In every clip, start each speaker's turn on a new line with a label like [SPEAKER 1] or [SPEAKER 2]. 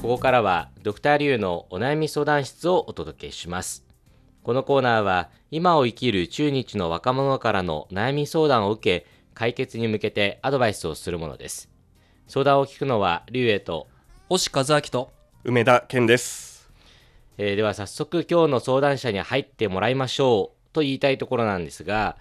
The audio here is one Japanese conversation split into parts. [SPEAKER 1] ここからはドクターリュウのお悩み相談室をお届けしますこのコーナーは今を生きる中日の若者からの悩み相談を受け解決に向けてアドバイスをするものです相談を聞くのはリュウエイと、
[SPEAKER 2] 星和明と
[SPEAKER 3] 梅田健です
[SPEAKER 1] えーでは早速今日の相談者に入ってもらいましょうと言いたいところなんですが、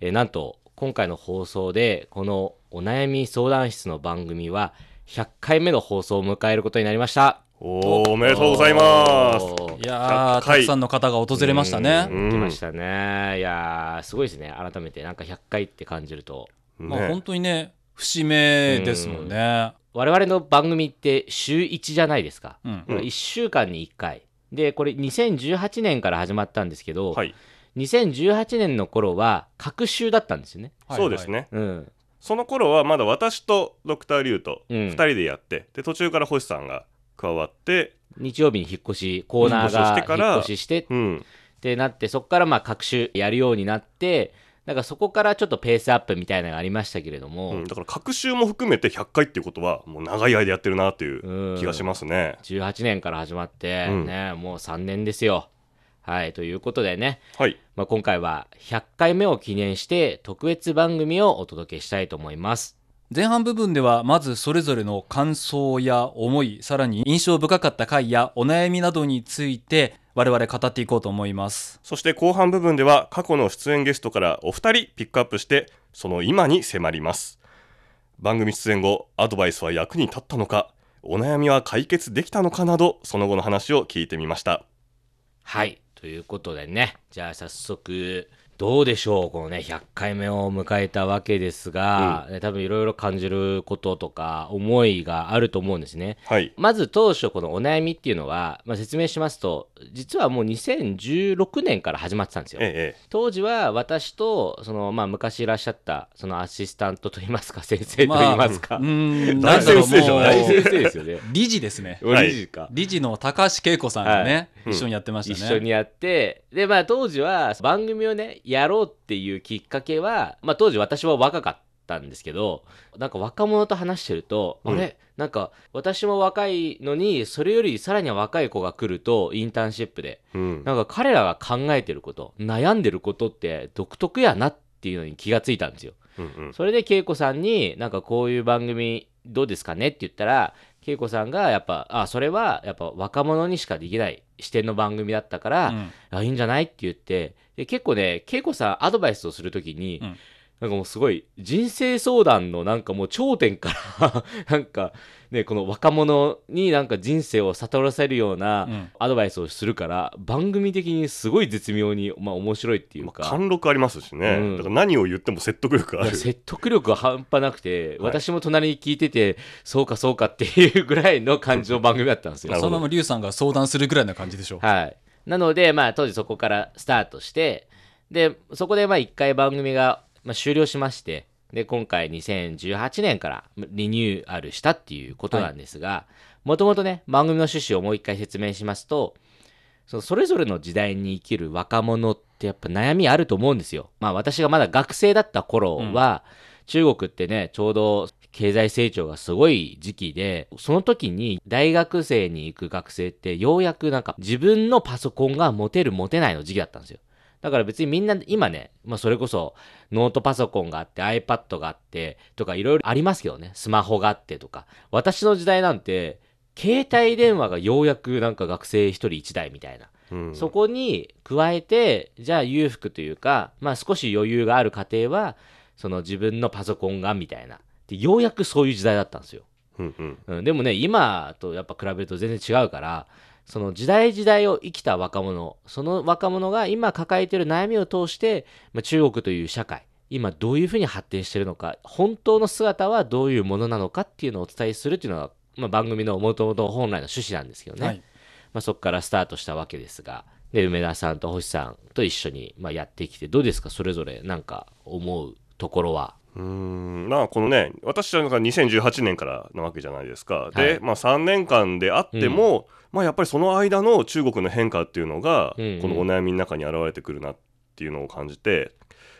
[SPEAKER 1] えーなんと今回の放送でこのお悩み相談室の番組は100回目の放送を迎えることになりました
[SPEAKER 3] おおおめでとうございます
[SPEAKER 1] おー
[SPEAKER 2] いやー
[SPEAKER 3] 100回
[SPEAKER 2] たくさんの方が訪れましたね
[SPEAKER 3] うん
[SPEAKER 1] 来ましたね。いやー、すごいですね。改めて、なんか100回って感じると。
[SPEAKER 2] まあ
[SPEAKER 3] ね
[SPEAKER 2] 本当にね節目ですもんね
[SPEAKER 1] 我々の番組って週1じゃないですか。
[SPEAKER 2] うん
[SPEAKER 3] うん
[SPEAKER 1] 1週間に1回。で、これ2018年から始まったんですけど、
[SPEAKER 3] はい、
[SPEAKER 1] 2018年の頃は、隔週だったんですよね。
[SPEAKER 3] そうですね
[SPEAKER 1] うん。
[SPEAKER 3] その頃はまだ私とドクターリュウと
[SPEAKER 1] うん
[SPEAKER 3] 2人でやって、で途中から星さんが加わって
[SPEAKER 1] 日曜日に引っ越し、コーナー
[SPEAKER 3] 引っ越ししてか
[SPEAKER 1] が
[SPEAKER 3] ら
[SPEAKER 1] 引っ越ししてっ
[SPEAKER 3] うん
[SPEAKER 1] てなって、そこからまあ各週やるようになって、なんかそこからちょっとペースアップみたいなのがありましたけれども、
[SPEAKER 3] うんだから各週も含めて100回っていうことはもう長い間やってるなっていう気がしますね、
[SPEAKER 1] 18年から始まって、
[SPEAKER 3] うん
[SPEAKER 1] ね、もう3年ですよ。はい、ということでね、
[SPEAKER 3] はい
[SPEAKER 1] まあ、今回は100回目を記念して特別番組をお届けしたいと思います。
[SPEAKER 2] 前半部分ではまずそれぞれの感想や思いさらに印象深かった回やお悩みなどについて我々語っていこうと思います
[SPEAKER 3] そして後半部分では過去の出演ゲストからお二人ピックアップしてその今に迫ります番組出演後アドバイスは役に立ったのかお悩みは解決できたのかなどその後の話を聞いてみました
[SPEAKER 1] はい、ということでね、じゃあ早速、どうでしょう、このね、100回目を迎えたわけですが、ね多分いろいろ感じることとか思いがあると思うんですね。
[SPEAKER 3] はい
[SPEAKER 1] まず当初このお悩みっていうのは、まあ、説明しますと、実はもう2016年から始まってたんですよ。
[SPEAKER 3] ええ
[SPEAKER 1] 当時は私とその、まあ、昔いらっしゃったそのアシスタントといいますか先生といいますか、
[SPEAKER 2] うーん
[SPEAKER 3] 大
[SPEAKER 2] なんだろう
[SPEAKER 3] 先生じゃない
[SPEAKER 1] 大
[SPEAKER 2] もう
[SPEAKER 1] 先生ですよね
[SPEAKER 2] 理事ですね
[SPEAKER 3] はい
[SPEAKER 1] 理事か、
[SPEAKER 2] 理事の高橋恵子さんがね、
[SPEAKER 3] はい
[SPEAKER 2] 一緒にやってました
[SPEAKER 1] 一
[SPEAKER 2] ね、
[SPEAKER 1] 緒にやってでまあ当時は番組をねやろうっていうきっかけは、まあ、当時私は若かったんですけどなんか若者と話してると、
[SPEAKER 3] うん
[SPEAKER 1] あれなんか私も若いのにそれよりさらに若い子が来るとインターンシップで
[SPEAKER 3] うん
[SPEAKER 1] なんか彼らが考えてること悩んでることって独特やなっていうのに気がついたんですよ。
[SPEAKER 3] うんうん
[SPEAKER 1] それで恵子さんになんかこういう番組どうですかねって言ったら恵子さんがやっぱあそれはやっぱ若者にしかできない視点の番組だったから、
[SPEAKER 2] うん
[SPEAKER 1] あいいんじゃないって言ってで結構ね恵子さんアドバイスをするときに、
[SPEAKER 2] うん
[SPEAKER 1] なんかもうすごい人生相談のなんかもう頂点から なんかねこの若者になんか人生を悟らせるような
[SPEAKER 2] うん
[SPEAKER 1] アドバイスをするから番組的にすごい絶妙に、まあ、面白いっていう
[SPEAKER 3] まあ
[SPEAKER 1] か。
[SPEAKER 3] 貫禄ありますしね、
[SPEAKER 1] うん
[SPEAKER 3] だから何を言っても説得力があ
[SPEAKER 1] い
[SPEAKER 3] る
[SPEAKER 1] や説得力が半端なくて、
[SPEAKER 3] はい
[SPEAKER 1] 私も隣に聞いててそうかそうかっていうぐらいの感じの番組だったんです
[SPEAKER 3] な
[SPEAKER 1] よ
[SPEAKER 3] る。
[SPEAKER 2] そのままリュウさんが相談するぐらいな感じでしょ
[SPEAKER 1] はい、なので、まあ、当時そこからスタートしてでそこでまあ1回番組が、まあ、終了しましてで今回2018年からリニューアルしたっていうことなんですがもともとね番組の趣旨をもう一回説明しますとそのそれぞれの時代に生きる若者ってやっぱ悩みあると思うんですよ。まあ私がまだ学生だった頃は、中国ってねちょうど経済成長がすごい時期でその時に大学生に行く学生ってようやくなんか自分のパソコンが持てる持てないの時期だったんですよだから別にみんな今ね、まあ、それこそノートパソコンがあって iPad があってとかいろいろありますけどねスマホがあってとか私の時代なんて携帯電話がようやくなんか学生一人一台みたいな
[SPEAKER 3] うん
[SPEAKER 1] そこに加えて、じゃあ裕福というか、まあ少し余裕がある家庭は、その自分のパソコンがみたいな。で、ようやくそういう時代だったんですよ。
[SPEAKER 3] うんうん
[SPEAKER 1] うん、でもね、今とやっぱ比べると全然違うから、その時代時代を生きた若者、その若者が今抱えてる悩みを通して、まあ、中国という社会、今どういうふうに発展してるのか、本当の姿はどういうものなのかっていうのをお伝えするっていうのが、まあ、番組の元々本来の趣旨なんですけどね。
[SPEAKER 2] はい
[SPEAKER 1] まあ、そこからスタートしたわけですが、で梅田さんと星さんと一緒に、まあ、やってきて、どうですか、それぞれなんか思うところは。
[SPEAKER 3] うーんまあこのね私はなんか2018年からなわけじゃないですか、
[SPEAKER 1] はい
[SPEAKER 3] で、まあ、3年間であっても、まあ、やっぱりその間の中国の変化っていうのが、
[SPEAKER 1] うんうん
[SPEAKER 3] このお悩みの中に現れてくるなっていうのを感じて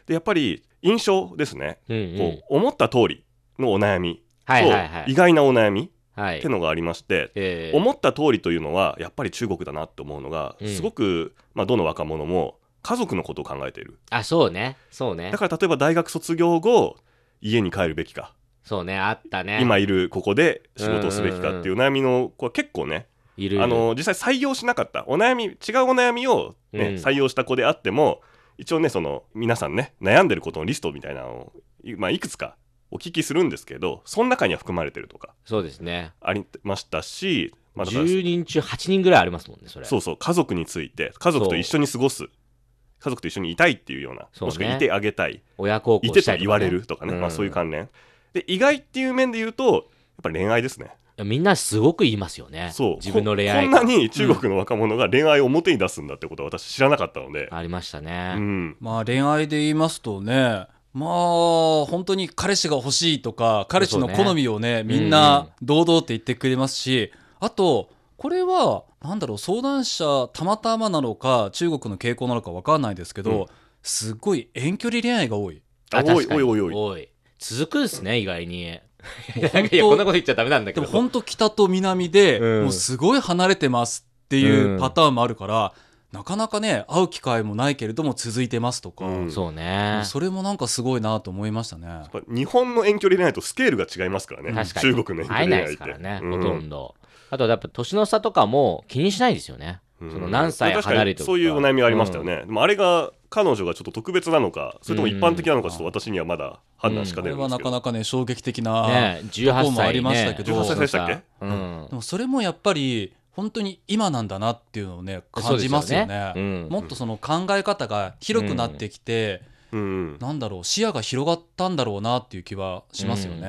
[SPEAKER 3] でやっぱり印象ですね、
[SPEAKER 1] うんうん
[SPEAKER 3] こう思った通りのお悩みと、
[SPEAKER 1] はいはいはい
[SPEAKER 3] 意外なお悩み
[SPEAKER 1] はい
[SPEAKER 3] ってのがありまして、
[SPEAKER 1] えー
[SPEAKER 3] 思った通りというのはやっぱり中国だなと思うのが、
[SPEAKER 1] うん
[SPEAKER 3] すごく、まあ、どの若者も家族のことを考えている
[SPEAKER 1] あそうねそうね
[SPEAKER 3] だから例えば大学卒業後家に帰るべきか
[SPEAKER 1] そうねあったね
[SPEAKER 3] 今いるここで仕事をすべきかっていう悩みの子は結構ね
[SPEAKER 1] いる
[SPEAKER 3] あの実際採用しなかったお悩み違うお悩みを、ね
[SPEAKER 1] うん
[SPEAKER 3] 採用した子であっても一応ねその皆さんね悩んでることのリストみたいなのをい,、まあ、いくつかお聞きするんですけどその中には含まれてるとか
[SPEAKER 1] そうですね
[SPEAKER 3] ありましたし、まあ、だから
[SPEAKER 1] 10人中8人ぐらいありますもんねそれ
[SPEAKER 3] そうそう家族について家族と一緒に過ごす家族と一緒にいたいっていうような
[SPEAKER 1] そうね
[SPEAKER 3] もしくはいてあげたい
[SPEAKER 1] 親孝行
[SPEAKER 3] い
[SPEAKER 1] したりかね
[SPEAKER 3] てと言われるとかね、まあ、そういう関連で意外っていう面で言うとやっぱり恋愛ですね
[SPEAKER 1] みんなすごく言いますよね
[SPEAKER 3] そう
[SPEAKER 1] 自分の恋愛
[SPEAKER 3] ここんなに中国の若者が恋愛を表に出すんだってことは私知らなかったので、
[SPEAKER 1] ありました
[SPEAKER 3] う
[SPEAKER 1] ね、
[SPEAKER 3] ん、
[SPEAKER 2] まあ恋愛で言いますとねまあ本当に彼氏が欲しいとか彼氏の好みをねみんな堂々って言ってくれますし、あとこれはなんだろう相談者たまたまなのか中国の傾向なのかわかんないですけど、
[SPEAKER 3] うん
[SPEAKER 2] すっごい遠距離恋愛が多い。
[SPEAKER 1] あ
[SPEAKER 3] あおい
[SPEAKER 1] 確かに
[SPEAKER 3] おいおい
[SPEAKER 1] おい続くんですね意外に
[SPEAKER 2] もう
[SPEAKER 1] いや
[SPEAKER 2] 本
[SPEAKER 1] いやこんな
[SPEAKER 2] 当
[SPEAKER 1] こと言っちゃダメなんだけ
[SPEAKER 2] で
[SPEAKER 1] ど
[SPEAKER 2] も本当北と南で、
[SPEAKER 1] うん
[SPEAKER 2] もうすごい離れてますっていううんパターンもあるから、なかなかね会う機会もないけれども続いてますとか、
[SPEAKER 3] うん
[SPEAKER 1] そうね
[SPEAKER 2] それもなんかすごいなと思いましたね。
[SPEAKER 3] やっぱ日本の遠距離恋愛とスケールが違いますからね
[SPEAKER 1] 確かに
[SPEAKER 3] 中国の遠距
[SPEAKER 1] 会え
[SPEAKER 3] 離恋
[SPEAKER 1] ない
[SPEAKER 3] 愛
[SPEAKER 1] で
[SPEAKER 3] って
[SPEAKER 1] すからね、
[SPEAKER 3] うん
[SPEAKER 1] ほとんどあとやっぱ年の差とかも気にしないですよね、
[SPEAKER 3] うん
[SPEAKER 1] その何歳離れてるとか
[SPEAKER 3] そういうお悩みはありましたよね、でもあれが彼女がちょっと特別なのかそれとも一般的なのかちょっと私にはまだ判断しか
[SPEAKER 2] こ
[SPEAKER 3] 出
[SPEAKER 2] れ
[SPEAKER 3] るんで
[SPEAKER 2] は
[SPEAKER 3] す
[SPEAKER 2] な
[SPEAKER 3] け
[SPEAKER 2] か
[SPEAKER 3] ど、
[SPEAKER 2] なかね衝撃的な、
[SPEAKER 1] ね
[SPEAKER 2] とこ
[SPEAKER 1] 18
[SPEAKER 2] もあ
[SPEAKER 1] 歳
[SPEAKER 2] り
[SPEAKER 1] ね
[SPEAKER 2] ましたけど
[SPEAKER 3] 18歳でしたっけ
[SPEAKER 1] うん
[SPEAKER 2] でもそれもやっぱり本当に今なんだなっていうのをね
[SPEAKER 1] そう
[SPEAKER 2] 感
[SPEAKER 1] で
[SPEAKER 2] じますよね
[SPEAKER 1] うん
[SPEAKER 2] もっとその考え方が広くなってきて、
[SPEAKER 3] うん、
[SPEAKER 2] なんだろう視野が広がったんだろうなっていう気はしますよね、
[SPEAKER 1] だ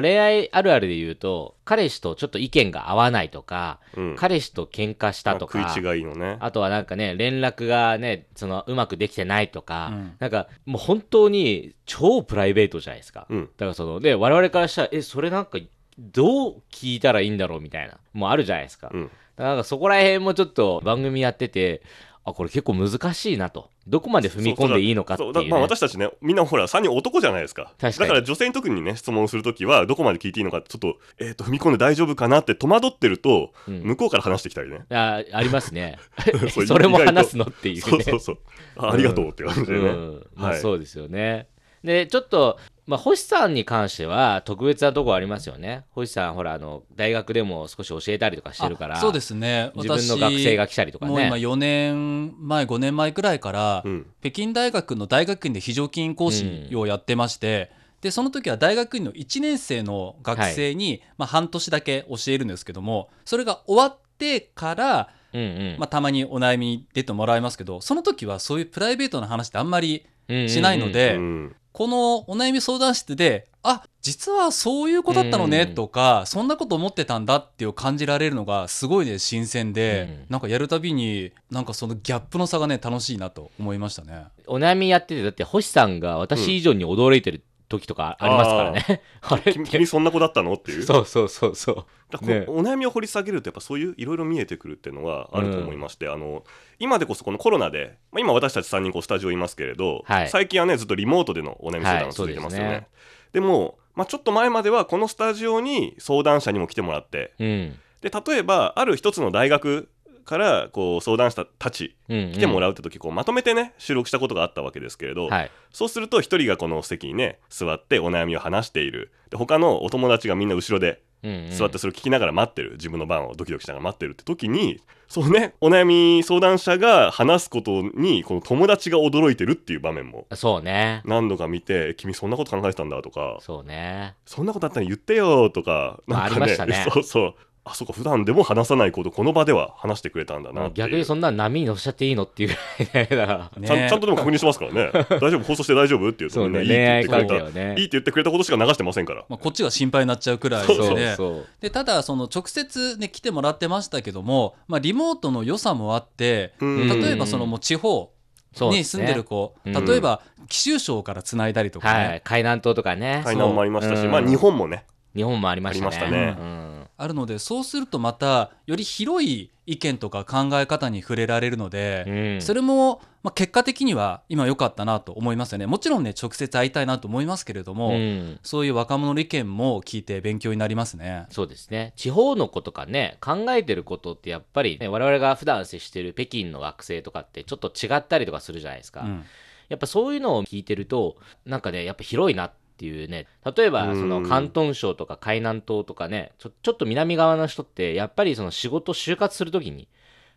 [SPEAKER 1] から恋愛あるあるで言うと彼氏とちょっと意見が合わないとか、
[SPEAKER 3] うん
[SPEAKER 1] 彼氏と喧嘩したとか、
[SPEAKER 3] まあ食い違いのね
[SPEAKER 1] あとはなんかね連絡がねそのうまくできてないとか、
[SPEAKER 2] うん
[SPEAKER 1] なんかもう本当に超プライベートじゃないですか、
[SPEAKER 3] うん
[SPEAKER 1] だからそので我々からしたらえそれなんかどう聞いたらいいんだろうみたいなもうあるじゃないですか,、
[SPEAKER 3] うん
[SPEAKER 1] なんかそこら辺もちょっと番組やっててあこれ結構難しいなとどこまで踏み込んでいいのかっていう,、
[SPEAKER 3] そ
[SPEAKER 1] ね
[SPEAKER 3] だまあ、私たちねみんなほら3人男じゃないですか
[SPEAKER 1] 確かに
[SPEAKER 3] だから女性に特にね質問するときはどこまで聞いていいのかちょっと,、えー、と踏み込んで大丈夫かなって戸惑ってると、
[SPEAKER 1] うん
[SPEAKER 3] 向こうから話してきた りね
[SPEAKER 1] あありますね
[SPEAKER 3] そ れ
[SPEAKER 1] それも話すのっていうね
[SPEAKER 3] そうそうそうあありがとうって感じでね、
[SPEAKER 1] うんまあ
[SPEAKER 3] はい
[SPEAKER 1] そうですよね。でちょっと、まあ、星さんに関しては特別なとこありますよね。星さんほらあの大学でも少し教えたりとかしてるから
[SPEAKER 2] あそうですね
[SPEAKER 1] 自分の学生が来たりとか
[SPEAKER 2] もう今
[SPEAKER 1] ね。
[SPEAKER 2] 4年前5年前くらいから、
[SPEAKER 3] うん
[SPEAKER 2] 北京大学の大学院で非常勤講師をやってまして、でその時は大学院の1年生の学生に、まあ、半年だけ教えるんですけどもそれが終わってから、
[SPEAKER 1] うんうん
[SPEAKER 2] まあ、たまにお悩みに出てもらいますけどその時はそういうプライベートな話ってあんまり
[SPEAKER 1] うんうんうん
[SPEAKER 2] しないので、
[SPEAKER 3] うん
[SPEAKER 2] このお悩み相談室であ実はそういう子だったの
[SPEAKER 1] う
[SPEAKER 2] ね
[SPEAKER 1] ん
[SPEAKER 2] とか、そんなこと思ってたんだっていう感じられるのがすごいね新鮮で、
[SPEAKER 1] うん
[SPEAKER 2] なんかやるたびになんかそのギャップの差がね楽しいなと思いましたね。
[SPEAKER 1] お悩みやっててだって星さんが私以上に驚いてる時とかありますからね。あれ
[SPEAKER 3] 君
[SPEAKER 1] っ
[SPEAKER 3] 君
[SPEAKER 1] て
[SPEAKER 3] そんな子だったのっていう
[SPEAKER 1] そうそうそう そう。
[SPEAKER 3] だから
[SPEAKER 1] ね
[SPEAKER 3] こうお悩みを掘り下げるとやっぱそういういろいろ見えてくるっていうのはあると思いまして、あの今でこそこのコロナで、まあ、今私たち3人こうスタジオいますけれど、
[SPEAKER 1] はい
[SPEAKER 3] 最近はねずっとリモートでのお悩み相談が続いてますよね。
[SPEAKER 1] はいそう
[SPEAKER 3] で
[SPEAKER 1] で
[SPEAKER 3] も、まあ、ちょっと前まではこのスタジオに相談者にも来てもらって
[SPEAKER 1] うん
[SPEAKER 3] で例えばある一つの大学からこう相談者たち
[SPEAKER 1] うん、
[SPEAKER 3] 来ても
[SPEAKER 1] ら
[SPEAKER 3] らうって時こうまとめてね収録したことがあったわけですけれど、
[SPEAKER 1] はい、
[SPEAKER 3] そうすると一人がこの席にね座ってお悩みを話しているで他のお友達がみんな後ろで
[SPEAKER 1] うんうん
[SPEAKER 3] 座ってそれを聞きながら待ってる自分の番をドキドキしながら待ってるって時にそうねお悩み相談者が話すことにこの友達が驚いてるっていう場面も
[SPEAKER 1] そうね。
[SPEAKER 3] 何度か見て「君そんなこと考えてたんだ」とか
[SPEAKER 1] そうね。
[SPEAKER 3] 「そんなことあったら言ってよ」とかなん
[SPEAKER 1] あり
[SPEAKER 3] か
[SPEAKER 1] ま
[SPEAKER 3] ね
[SPEAKER 1] したね
[SPEAKER 3] そうそうあそうか普段でも話さないことこの場では話してくれたんだなっていう
[SPEAKER 1] 逆にそんな波に乗せちゃっていいのっていうぐらいだ から。
[SPEAKER 2] ね
[SPEAKER 3] ちゃんちゃんとでも確認しますから ね大丈夫放送して大丈夫っていうと
[SPEAKER 1] そう
[SPEAKER 3] みんな
[SPEAKER 1] ね。
[SPEAKER 3] いいっ
[SPEAKER 1] 恋愛
[SPEAKER 3] て言っ
[SPEAKER 1] 関係
[SPEAKER 3] てくれた
[SPEAKER 1] はね。
[SPEAKER 3] いいって言ってくれたことしか流してませんから
[SPEAKER 2] まあ、こっちが心配になっちゃうくらいで、ね、
[SPEAKER 1] そうそう。
[SPEAKER 2] でただその直接、ね、来てもらってましたけども、まあ、リモートの良さもあって
[SPEAKER 3] うん
[SPEAKER 2] 例えばそのもう地方
[SPEAKER 1] そう
[SPEAKER 2] に
[SPEAKER 1] ですね
[SPEAKER 2] 住んでる子、
[SPEAKER 1] うん
[SPEAKER 2] 例えば貴州省からつないだりとかね、
[SPEAKER 1] はい、海南島とかね、
[SPEAKER 3] 海南もありましたしまあ日本もね
[SPEAKER 1] 日本もありましたね
[SPEAKER 3] ありました
[SPEAKER 2] ね
[SPEAKER 1] うん
[SPEAKER 2] あるのでそうするとまたより広い意見とか考え方に触れられるので、
[SPEAKER 1] うん
[SPEAKER 2] それも、まあ、結果的には今良かったなと思いますよねもちろんね直接会いたいなと思いますけれども、
[SPEAKER 1] うん
[SPEAKER 2] そういう若者の意見も聞いて勉強になりますね。
[SPEAKER 1] そうですね地方の子とかね考えてることってやっぱり、ね、我々が普段接してる北京の学生とかってちょっと違ったりとかするじゃないですか、
[SPEAKER 2] うん
[SPEAKER 1] やっぱそういうのを聞いてるとなんかねやっぱ広いなっていうね例えば
[SPEAKER 3] うん
[SPEAKER 1] その広東省とか海南島とかねちょちょっと南側の人ってやっぱりその仕事就活するときに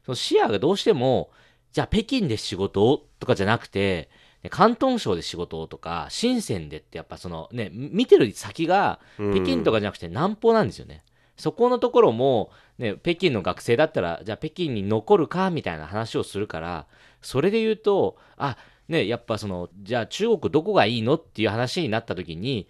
[SPEAKER 1] その視野がどうしてもじゃあ北京で仕事をとかじゃなくてね広東省で仕事をとか深センでってやっぱそのね見てる先が北京と
[SPEAKER 3] か
[SPEAKER 1] かじゃなくて南方なんですよね。そこのところも、ね、北京の学生だったらじゃあ北京に残るかみたいな話をするからそれで言うとあねやっぱそのじゃあ中国どこがいいのっていう話になった時に、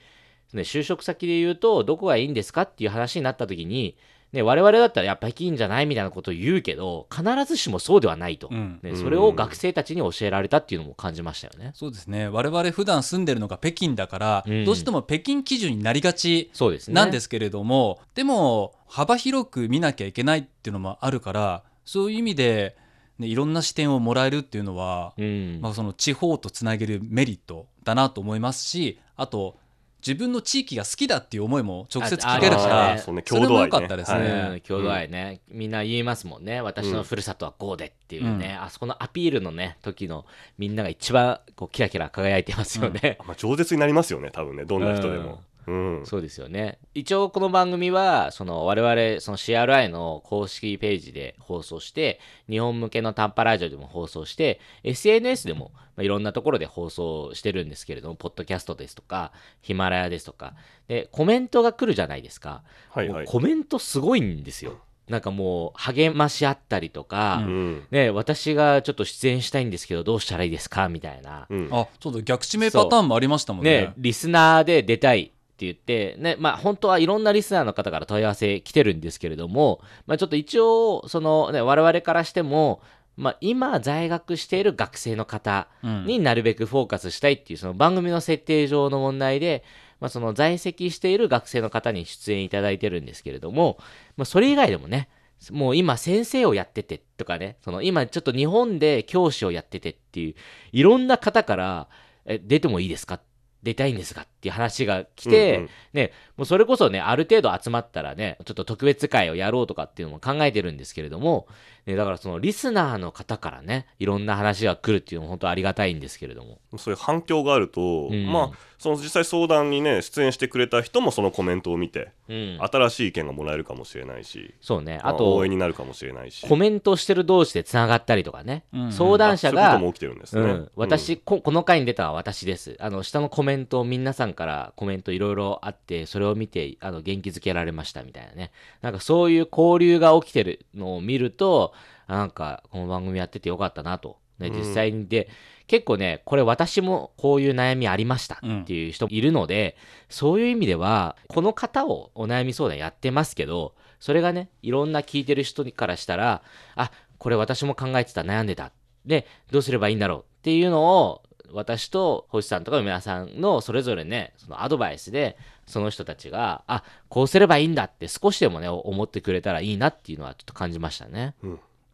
[SPEAKER 1] ね、就職先で言うとどこがいいんですかっていう話になった時に、ね、我々だったらやっぱ北京じゃないみたいなことを言うけど必ずしもそうではないと、
[SPEAKER 2] うん
[SPEAKER 1] ね、それを学生たちに教えられたっていうのも感じましたよね。
[SPEAKER 2] そうですね我々普段住んでるのが北京だから、
[SPEAKER 1] うん
[SPEAKER 2] どうしても北京基準になりがち
[SPEAKER 1] そうですね
[SPEAKER 2] なんですけれども、でも幅広く見なきゃいけないっていうのもあるからそういう意味で、ね、いろんな視点をもらえるっていうのは、
[SPEAKER 1] うん
[SPEAKER 2] まあ、その地方とつなげるメリットだなと思いますしあと自分の地域が好きだっていう思いも直接聞けるか
[SPEAKER 1] ああり
[SPEAKER 2] ら
[SPEAKER 1] ました
[SPEAKER 3] ね
[SPEAKER 2] それも良かったです
[SPEAKER 3] 郷土愛ね
[SPEAKER 1] う
[SPEAKER 2] ね
[SPEAKER 1] ん。郷土愛ね、みんな言いますもんね私のふるさとはこうでっていうね、あそこのアピールのね時のみんなが一番こうキラキラ輝いてますよね、
[SPEAKER 3] まあ、饒舌になりますよね多分ねどんな人でも、うん
[SPEAKER 1] そうですよね一応この番組はその我々その CRI の公式ページで放送して日本向けの短波ラジオでも放送して SNS でもまあいろんなところで放送してるんですけれどもポッドキャストですとかヒマラヤですとかでコメントが来るじゃないですか
[SPEAKER 3] はいはい
[SPEAKER 1] もうコメントすごいんですよ。なんかもう励まし合ったりとか、
[SPEAKER 3] う
[SPEAKER 2] う
[SPEAKER 3] ん
[SPEAKER 1] ね、私がちょっと出演したいんですけどどうしたらいいですかみたいな、
[SPEAKER 3] うん
[SPEAKER 2] あそうだ逆指名パターンもありましたもんね
[SPEAKER 1] ね、。リスナーで出たいって言って、ねまあ、本当はいろんなリスナーの方から問い合わせ来てるんですけれども、まあ、ちょっと一応その、ね、我々からしても、まあ、今在学している学生の方
[SPEAKER 2] うん
[SPEAKER 1] になるべくフォーカスしたいっていうその番組の設定上の問題で、まあ、その在籍している学生の方に出演いただいてるんですけれども、まあ、それ以外でもねもう今先生をやっててとかねその今ちょっと日本で教師をやっててっていういろんな方からえ出てもいいですか出たいんですかっていう話が来て、
[SPEAKER 3] うんうん
[SPEAKER 1] ね、もうそれこそね、ある程度集まったらね、ちょっと特別会をやろうとかっていうのも考えてるんですけれども、ね、だからそのリスナーの方からね、いろんな話が来るっていうのも本当ありがたいんですけれども。
[SPEAKER 3] そういう反響があると、
[SPEAKER 1] うん
[SPEAKER 3] まあその実際相談にね出演してくれた人もそのコメントを見て、
[SPEAKER 1] うん。
[SPEAKER 3] 新しい意見がもらえるかもしれないし
[SPEAKER 1] そうね。あ
[SPEAKER 3] まあ
[SPEAKER 1] と
[SPEAKER 3] 応援、になるかもしれないし
[SPEAKER 1] コメントしてる同士でつながったりとかね、
[SPEAKER 2] うん
[SPEAKER 1] 相談者
[SPEAKER 3] あ
[SPEAKER 1] が
[SPEAKER 3] そういうこと、も起きてるんです
[SPEAKER 1] う
[SPEAKER 3] ね、
[SPEAKER 1] ん、私、こ、この回に出たのは私です。あの、下のコメント、皆さんからコメントいろいろあって、それを見て、あの、元気づけられましたみたいなね。なんかそういう交流が起きてるのを見ると、あなんか、この番組やっててよかったなと。ね、
[SPEAKER 3] うん
[SPEAKER 1] 実際にで、結構ね、これ私もこういう悩みありましたっていう人いるので、そういう意味では、この方をお悩み相談やってますけど、それがね、いろんな聞いてる人からしたら、あ、これ私も考えてた、悩んでた。で、どうすればいいんだろうっていうのを、私と星さんとか皆さんのそれぞれね、そのアドバイスで、その人たちが、あ、こうすればいいんだって少しでもね、思ってくれたらいいなっていうのはちょっと感じましたね。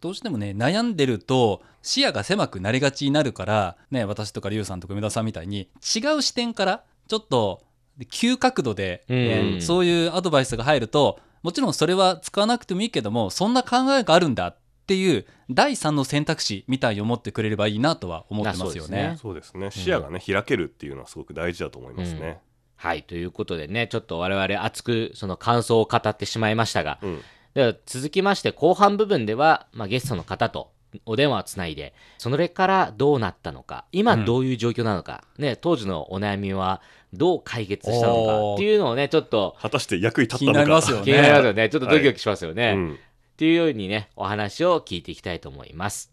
[SPEAKER 2] どうしてもね悩んでると視野が狭くなりがちになるから、ね、私とかリュウさんとか梅田さんみたいに違う視点からちょっと急角度で、
[SPEAKER 1] うん
[SPEAKER 2] えーそういうアドバイスが入るともちろんそれは使わなくてもいいけどもそんな考えがあるんだっていう第三の選択肢みたいに思ってくれればいいなとは思ってますよ
[SPEAKER 1] あ
[SPEAKER 2] ね。
[SPEAKER 3] そうですね視野がね、開けるっていうのはすごく大事だと思いますね、
[SPEAKER 1] はい、ということでね、ちょっと我々熱くその感想を語ってしまいましたが、
[SPEAKER 3] うん
[SPEAKER 1] では続きまして後半部分では、まあ、ゲストの方とお電話をつないでそれからどうなったのか今
[SPEAKER 2] うん
[SPEAKER 1] どういう状況なのか、ね、当時のお悩みはどう解決したのかっていうのをねちょっと
[SPEAKER 3] 果たして役に立
[SPEAKER 2] 気
[SPEAKER 3] ったのか
[SPEAKER 2] になりますよ
[SPEAKER 1] 気になります
[SPEAKER 2] ね。
[SPEAKER 1] よねちょっとドキドキしますよね。
[SPEAKER 3] うん
[SPEAKER 1] っていうようにねお話を聞いていきたいと思います。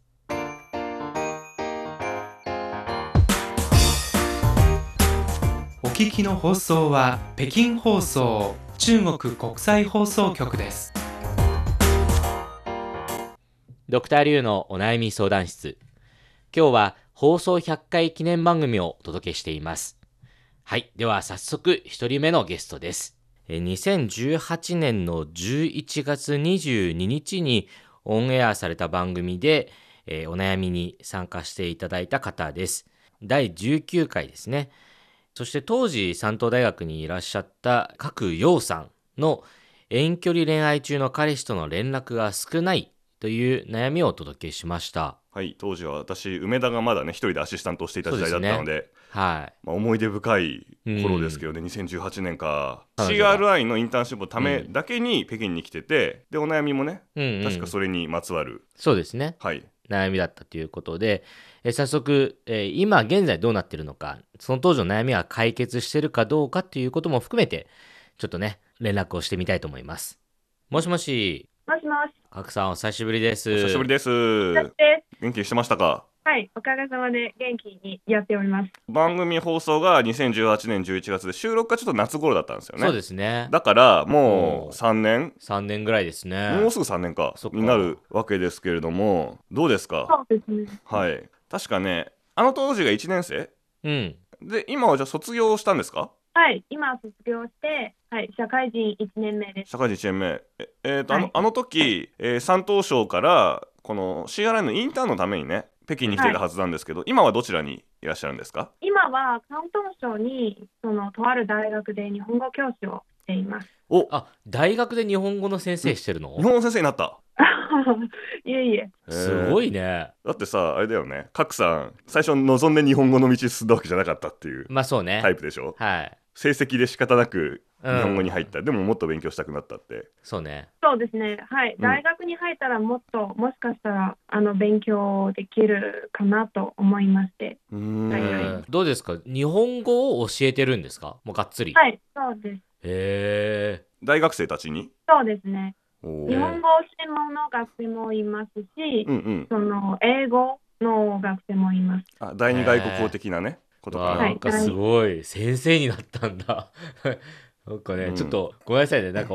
[SPEAKER 4] お聞きの放送は北京放送中国国際放送局です。
[SPEAKER 1] ドクターリュウのお悩み相談室。今日は放送100回記念番組をお届けしています。はい。では早速、一人目のゲストです。えー2018年の11月22日にオンエアされた番組で、えーお悩みに参加していただいた方です。第19回ですね。そして当時山東大学にいらっしゃった各陽さんの遠距離恋愛中の彼氏との連絡が少ないという悩みをお届けしました。
[SPEAKER 3] はい、当時は私梅田がまだね一人でアシスタントをしていた時代だったので
[SPEAKER 1] はい。
[SPEAKER 3] まあ、思い出深い頃ですけどね、2018年か CRI のインターンシップのためだけに北京に来てて、でお悩みもね
[SPEAKER 1] うんうん、
[SPEAKER 3] 確かそれにまつわる、
[SPEAKER 1] そうですね。
[SPEAKER 3] はい
[SPEAKER 1] 悩みだったということで、えー早速、えー今現在どうなってるのかその当時の悩みが解決してるかどうかっていうことも含めてちょっとね連絡をしてみたいと思いますもしもし
[SPEAKER 5] もしもし、
[SPEAKER 1] 角さんお久しぶりです
[SPEAKER 3] お久しぶり
[SPEAKER 1] で
[SPEAKER 3] です
[SPEAKER 5] 私です。
[SPEAKER 3] 元気にしてましたか
[SPEAKER 5] はい、おかげさまで元気にやっております。
[SPEAKER 3] 番組放送が2018年11月で収録がちょっと夏頃だったんですよね
[SPEAKER 1] そうですね
[SPEAKER 3] だから
[SPEAKER 1] お
[SPEAKER 3] もう
[SPEAKER 1] ー
[SPEAKER 3] 3年
[SPEAKER 1] 3年ぐらいですね
[SPEAKER 3] もうすぐ3年か
[SPEAKER 1] そっか
[SPEAKER 3] になるわけですけれどもどうですか
[SPEAKER 5] そうですね。
[SPEAKER 3] はい確かねあの当時が1年生
[SPEAKER 1] うん
[SPEAKER 3] で今はじゃあ卒業したんですか
[SPEAKER 5] はい、今卒業して、はい、社会人1年目です。
[SPEAKER 3] 社会人1年目え、えーとあの
[SPEAKER 5] はい
[SPEAKER 3] あの時、えー山東省からこの CRI のインターンのためにね北京に来ているはずなんですけど、今はどちらにいらっしゃるんですか
[SPEAKER 5] 今は広東省に、その、とある大学で日本語教師をしています。
[SPEAKER 3] お
[SPEAKER 1] あ大学で日本語の先生してるの
[SPEAKER 3] 日本語先生になった
[SPEAKER 5] いえいえ、
[SPEAKER 1] すご
[SPEAKER 3] い
[SPEAKER 1] いね
[SPEAKER 3] だってさあれだよね賀来さん最初望んで日本語の道進んだわけじゃなかったっていう
[SPEAKER 1] まあそうね
[SPEAKER 3] タイプでしょ
[SPEAKER 1] はい、
[SPEAKER 3] 成績で仕方なく日
[SPEAKER 1] うん
[SPEAKER 3] 本語に入った、でももっと勉強したくなったって
[SPEAKER 1] そうね
[SPEAKER 5] そうですね。はい、
[SPEAKER 3] うん
[SPEAKER 5] 大学に入ったらもっと、もしかしたら、あの、勉強できるかなと思いまして。
[SPEAKER 3] うーん
[SPEAKER 5] はいはい
[SPEAKER 1] うんどうですか日本語を教えてるんですかもうがっつり、
[SPEAKER 5] はい、そうです。
[SPEAKER 1] へえ
[SPEAKER 3] 大学生たちに
[SPEAKER 5] そうですね。
[SPEAKER 3] お
[SPEAKER 5] 日
[SPEAKER 3] ー
[SPEAKER 5] 本語を専門の学生もいますし
[SPEAKER 3] う、んうん
[SPEAKER 5] その、英語の学生もいます。
[SPEAKER 3] あ第二外国語的なね、ことか
[SPEAKER 1] わあ
[SPEAKER 3] な、
[SPEAKER 5] は
[SPEAKER 1] ないんかすごい先生になったんだ なんかね、
[SPEAKER 3] うん
[SPEAKER 1] ちょっとごめんなさいねなんか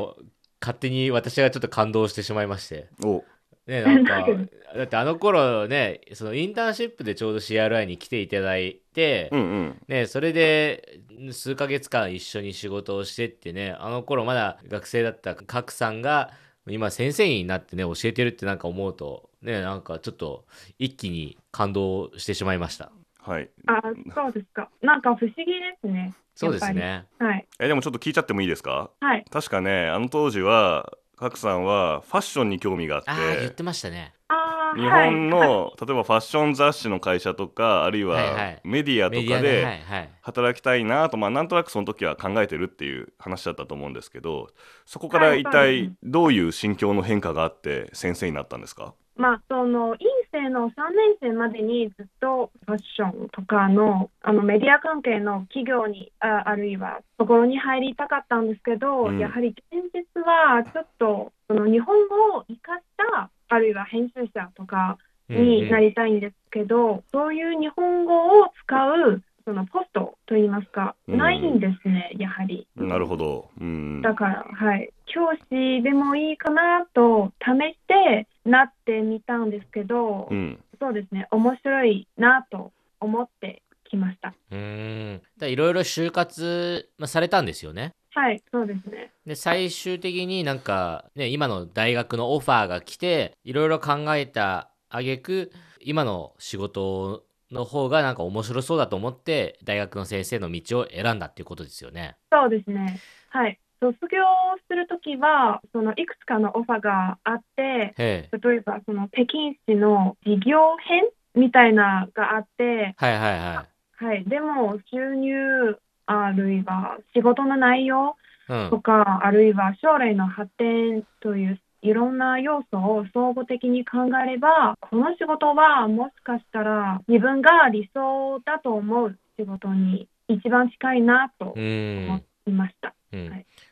[SPEAKER 1] 勝手に私がちょっと感動してしまいまして
[SPEAKER 3] お
[SPEAKER 1] ねなんか
[SPEAKER 5] なん
[SPEAKER 1] だってあの頃ねそのインターンシップでちょうど CRI に来ていただいて、
[SPEAKER 3] うんうん
[SPEAKER 1] ね、それで数ヶ月間一緒に仕事をしてってねあの頃まだ学生だった賀来さんが今先生になってね教えてるってなんか思うとねなんかちょっと一気に感動してしまいました
[SPEAKER 3] はい
[SPEAKER 5] あ、そうですか。なんか不思議ですね。
[SPEAKER 1] そうですね
[SPEAKER 5] はい。
[SPEAKER 3] えでもちょっと聞いちゃってもいいですか
[SPEAKER 5] はい。
[SPEAKER 3] 確かねあの当時は賀来さんはファッションに興味があって
[SPEAKER 1] ああ言ってましたね
[SPEAKER 5] あー
[SPEAKER 3] 日本
[SPEAKER 5] はい、
[SPEAKER 3] の、例えばファッション雑誌の会社とかあるい
[SPEAKER 1] はいは
[SPEAKER 3] はいメディアと
[SPEAKER 1] メディ
[SPEAKER 3] か
[SPEAKER 1] アで、は
[SPEAKER 3] で
[SPEAKER 1] いはい、
[SPEAKER 3] 働きたいなと、まあ、なんとなくその時は考えてるっていう話だったと思うんですけどそこから
[SPEAKER 5] はい
[SPEAKER 3] 一
[SPEAKER 5] そうです
[SPEAKER 3] 体
[SPEAKER 5] ね
[SPEAKER 3] どういう心境の変化があって先生になったんですか、
[SPEAKER 5] まあ、その、院生の3年生までにずっとファッションとかの、あの、メディア関係の企業に、ああるいは、ところに入りたかったんですけど、
[SPEAKER 3] うん
[SPEAKER 5] やはり現実は、ちょっと、その、日本語を生かした、あるいは編集者とかになりたいんですけど、そういう日本語を使う、その、ポストといいますか、
[SPEAKER 3] うん
[SPEAKER 5] ないんですね、やはり。
[SPEAKER 3] なるほどうん
[SPEAKER 5] だから、はい、教師でもいいかなと試してなってみたんですけど、
[SPEAKER 3] うん
[SPEAKER 5] そうですね、面白いなと思ってきました。
[SPEAKER 1] うーんだからいろいろ就活、まあ、されたんですよね
[SPEAKER 5] はい、そうですね。
[SPEAKER 1] で最終的になんか、ね、今の大学のオファーが来ていろいろ考えた挙句今の仕事の方がなんか面白そうだと思って大学の先生の道を選んだっていうことですよね。
[SPEAKER 5] そうですね。はい、卒業するときは、そのいくつかのオファーがあって、
[SPEAKER 1] へえ
[SPEAKER 5] 例えばその北京市の事業編みたいなのがあって、
[SPEAKER 1] はいはいは
[SPEAKER 5] はい、でも収入あるいは仕事の内容
[SPEAKER 1] い。うん
[SPEAKER 5] とか、あるいは将来の発展といういろんな要素を総合的に考えれば、この仕事はもしかしたら自分が理想だと思う仕事に一番近いなと
[SPEAKER 1] う
[SPEAKER 5] 思
[SPEAKER 1] ん
[SPEAKER 5] いました。
[SPEAKER 1] うん、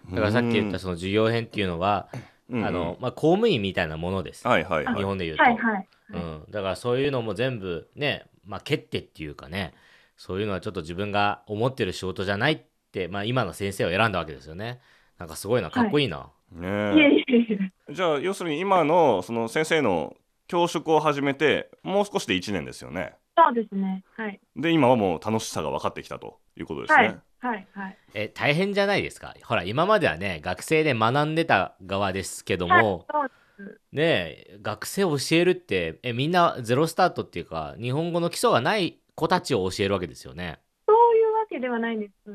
[SPEAKER 1] だからさっき言ったその授業編っていうのは、
[SPEAKER 3] うん
[SPEAKER 1] あのまあ、公務員みたいなものです、
[SPEAKER 3] はいはいはい
[SPEAKER 1] 日本で言うと、
[SPEAKER 5] はいはい。
[SPEAKER 1] うん、だからそういうのも全部ね、まあ、蹴ってっていうかねそういうのはちょっと自分が思ってる仕事じゃないって、まあ、今の先生を選んだわけですよねなんかすごいなかっこいいな、
[SPEAKER 5] いえ
[SPEAKER 3] ね
[SPEAKER 5] いえいえ。
[SPEAKER 3] えじゃあ要するに今のその先生の教職を始めてもう少しで1年ですよね
[SPEAKER 5] そうですね。はい。
[SPEAKER 3] で今はもう楽しさが分かってきたということですね、
[SPEAKER 5] はい。はいはい。
[SPEAKER 1] え大変じゃないですかほら今まではね学生で学んでた側ですけど
[SPEAKER 5] はい
[SPEAKER 1] も、
[SPEAKER 5] そう
[SPEAKER 1] ねえ学生を教えるってえみんなゼロスタートっていうか日本語の基礎がない子たちを教えるわけですよね。
[SPEAKER 5] そういうわけではないんです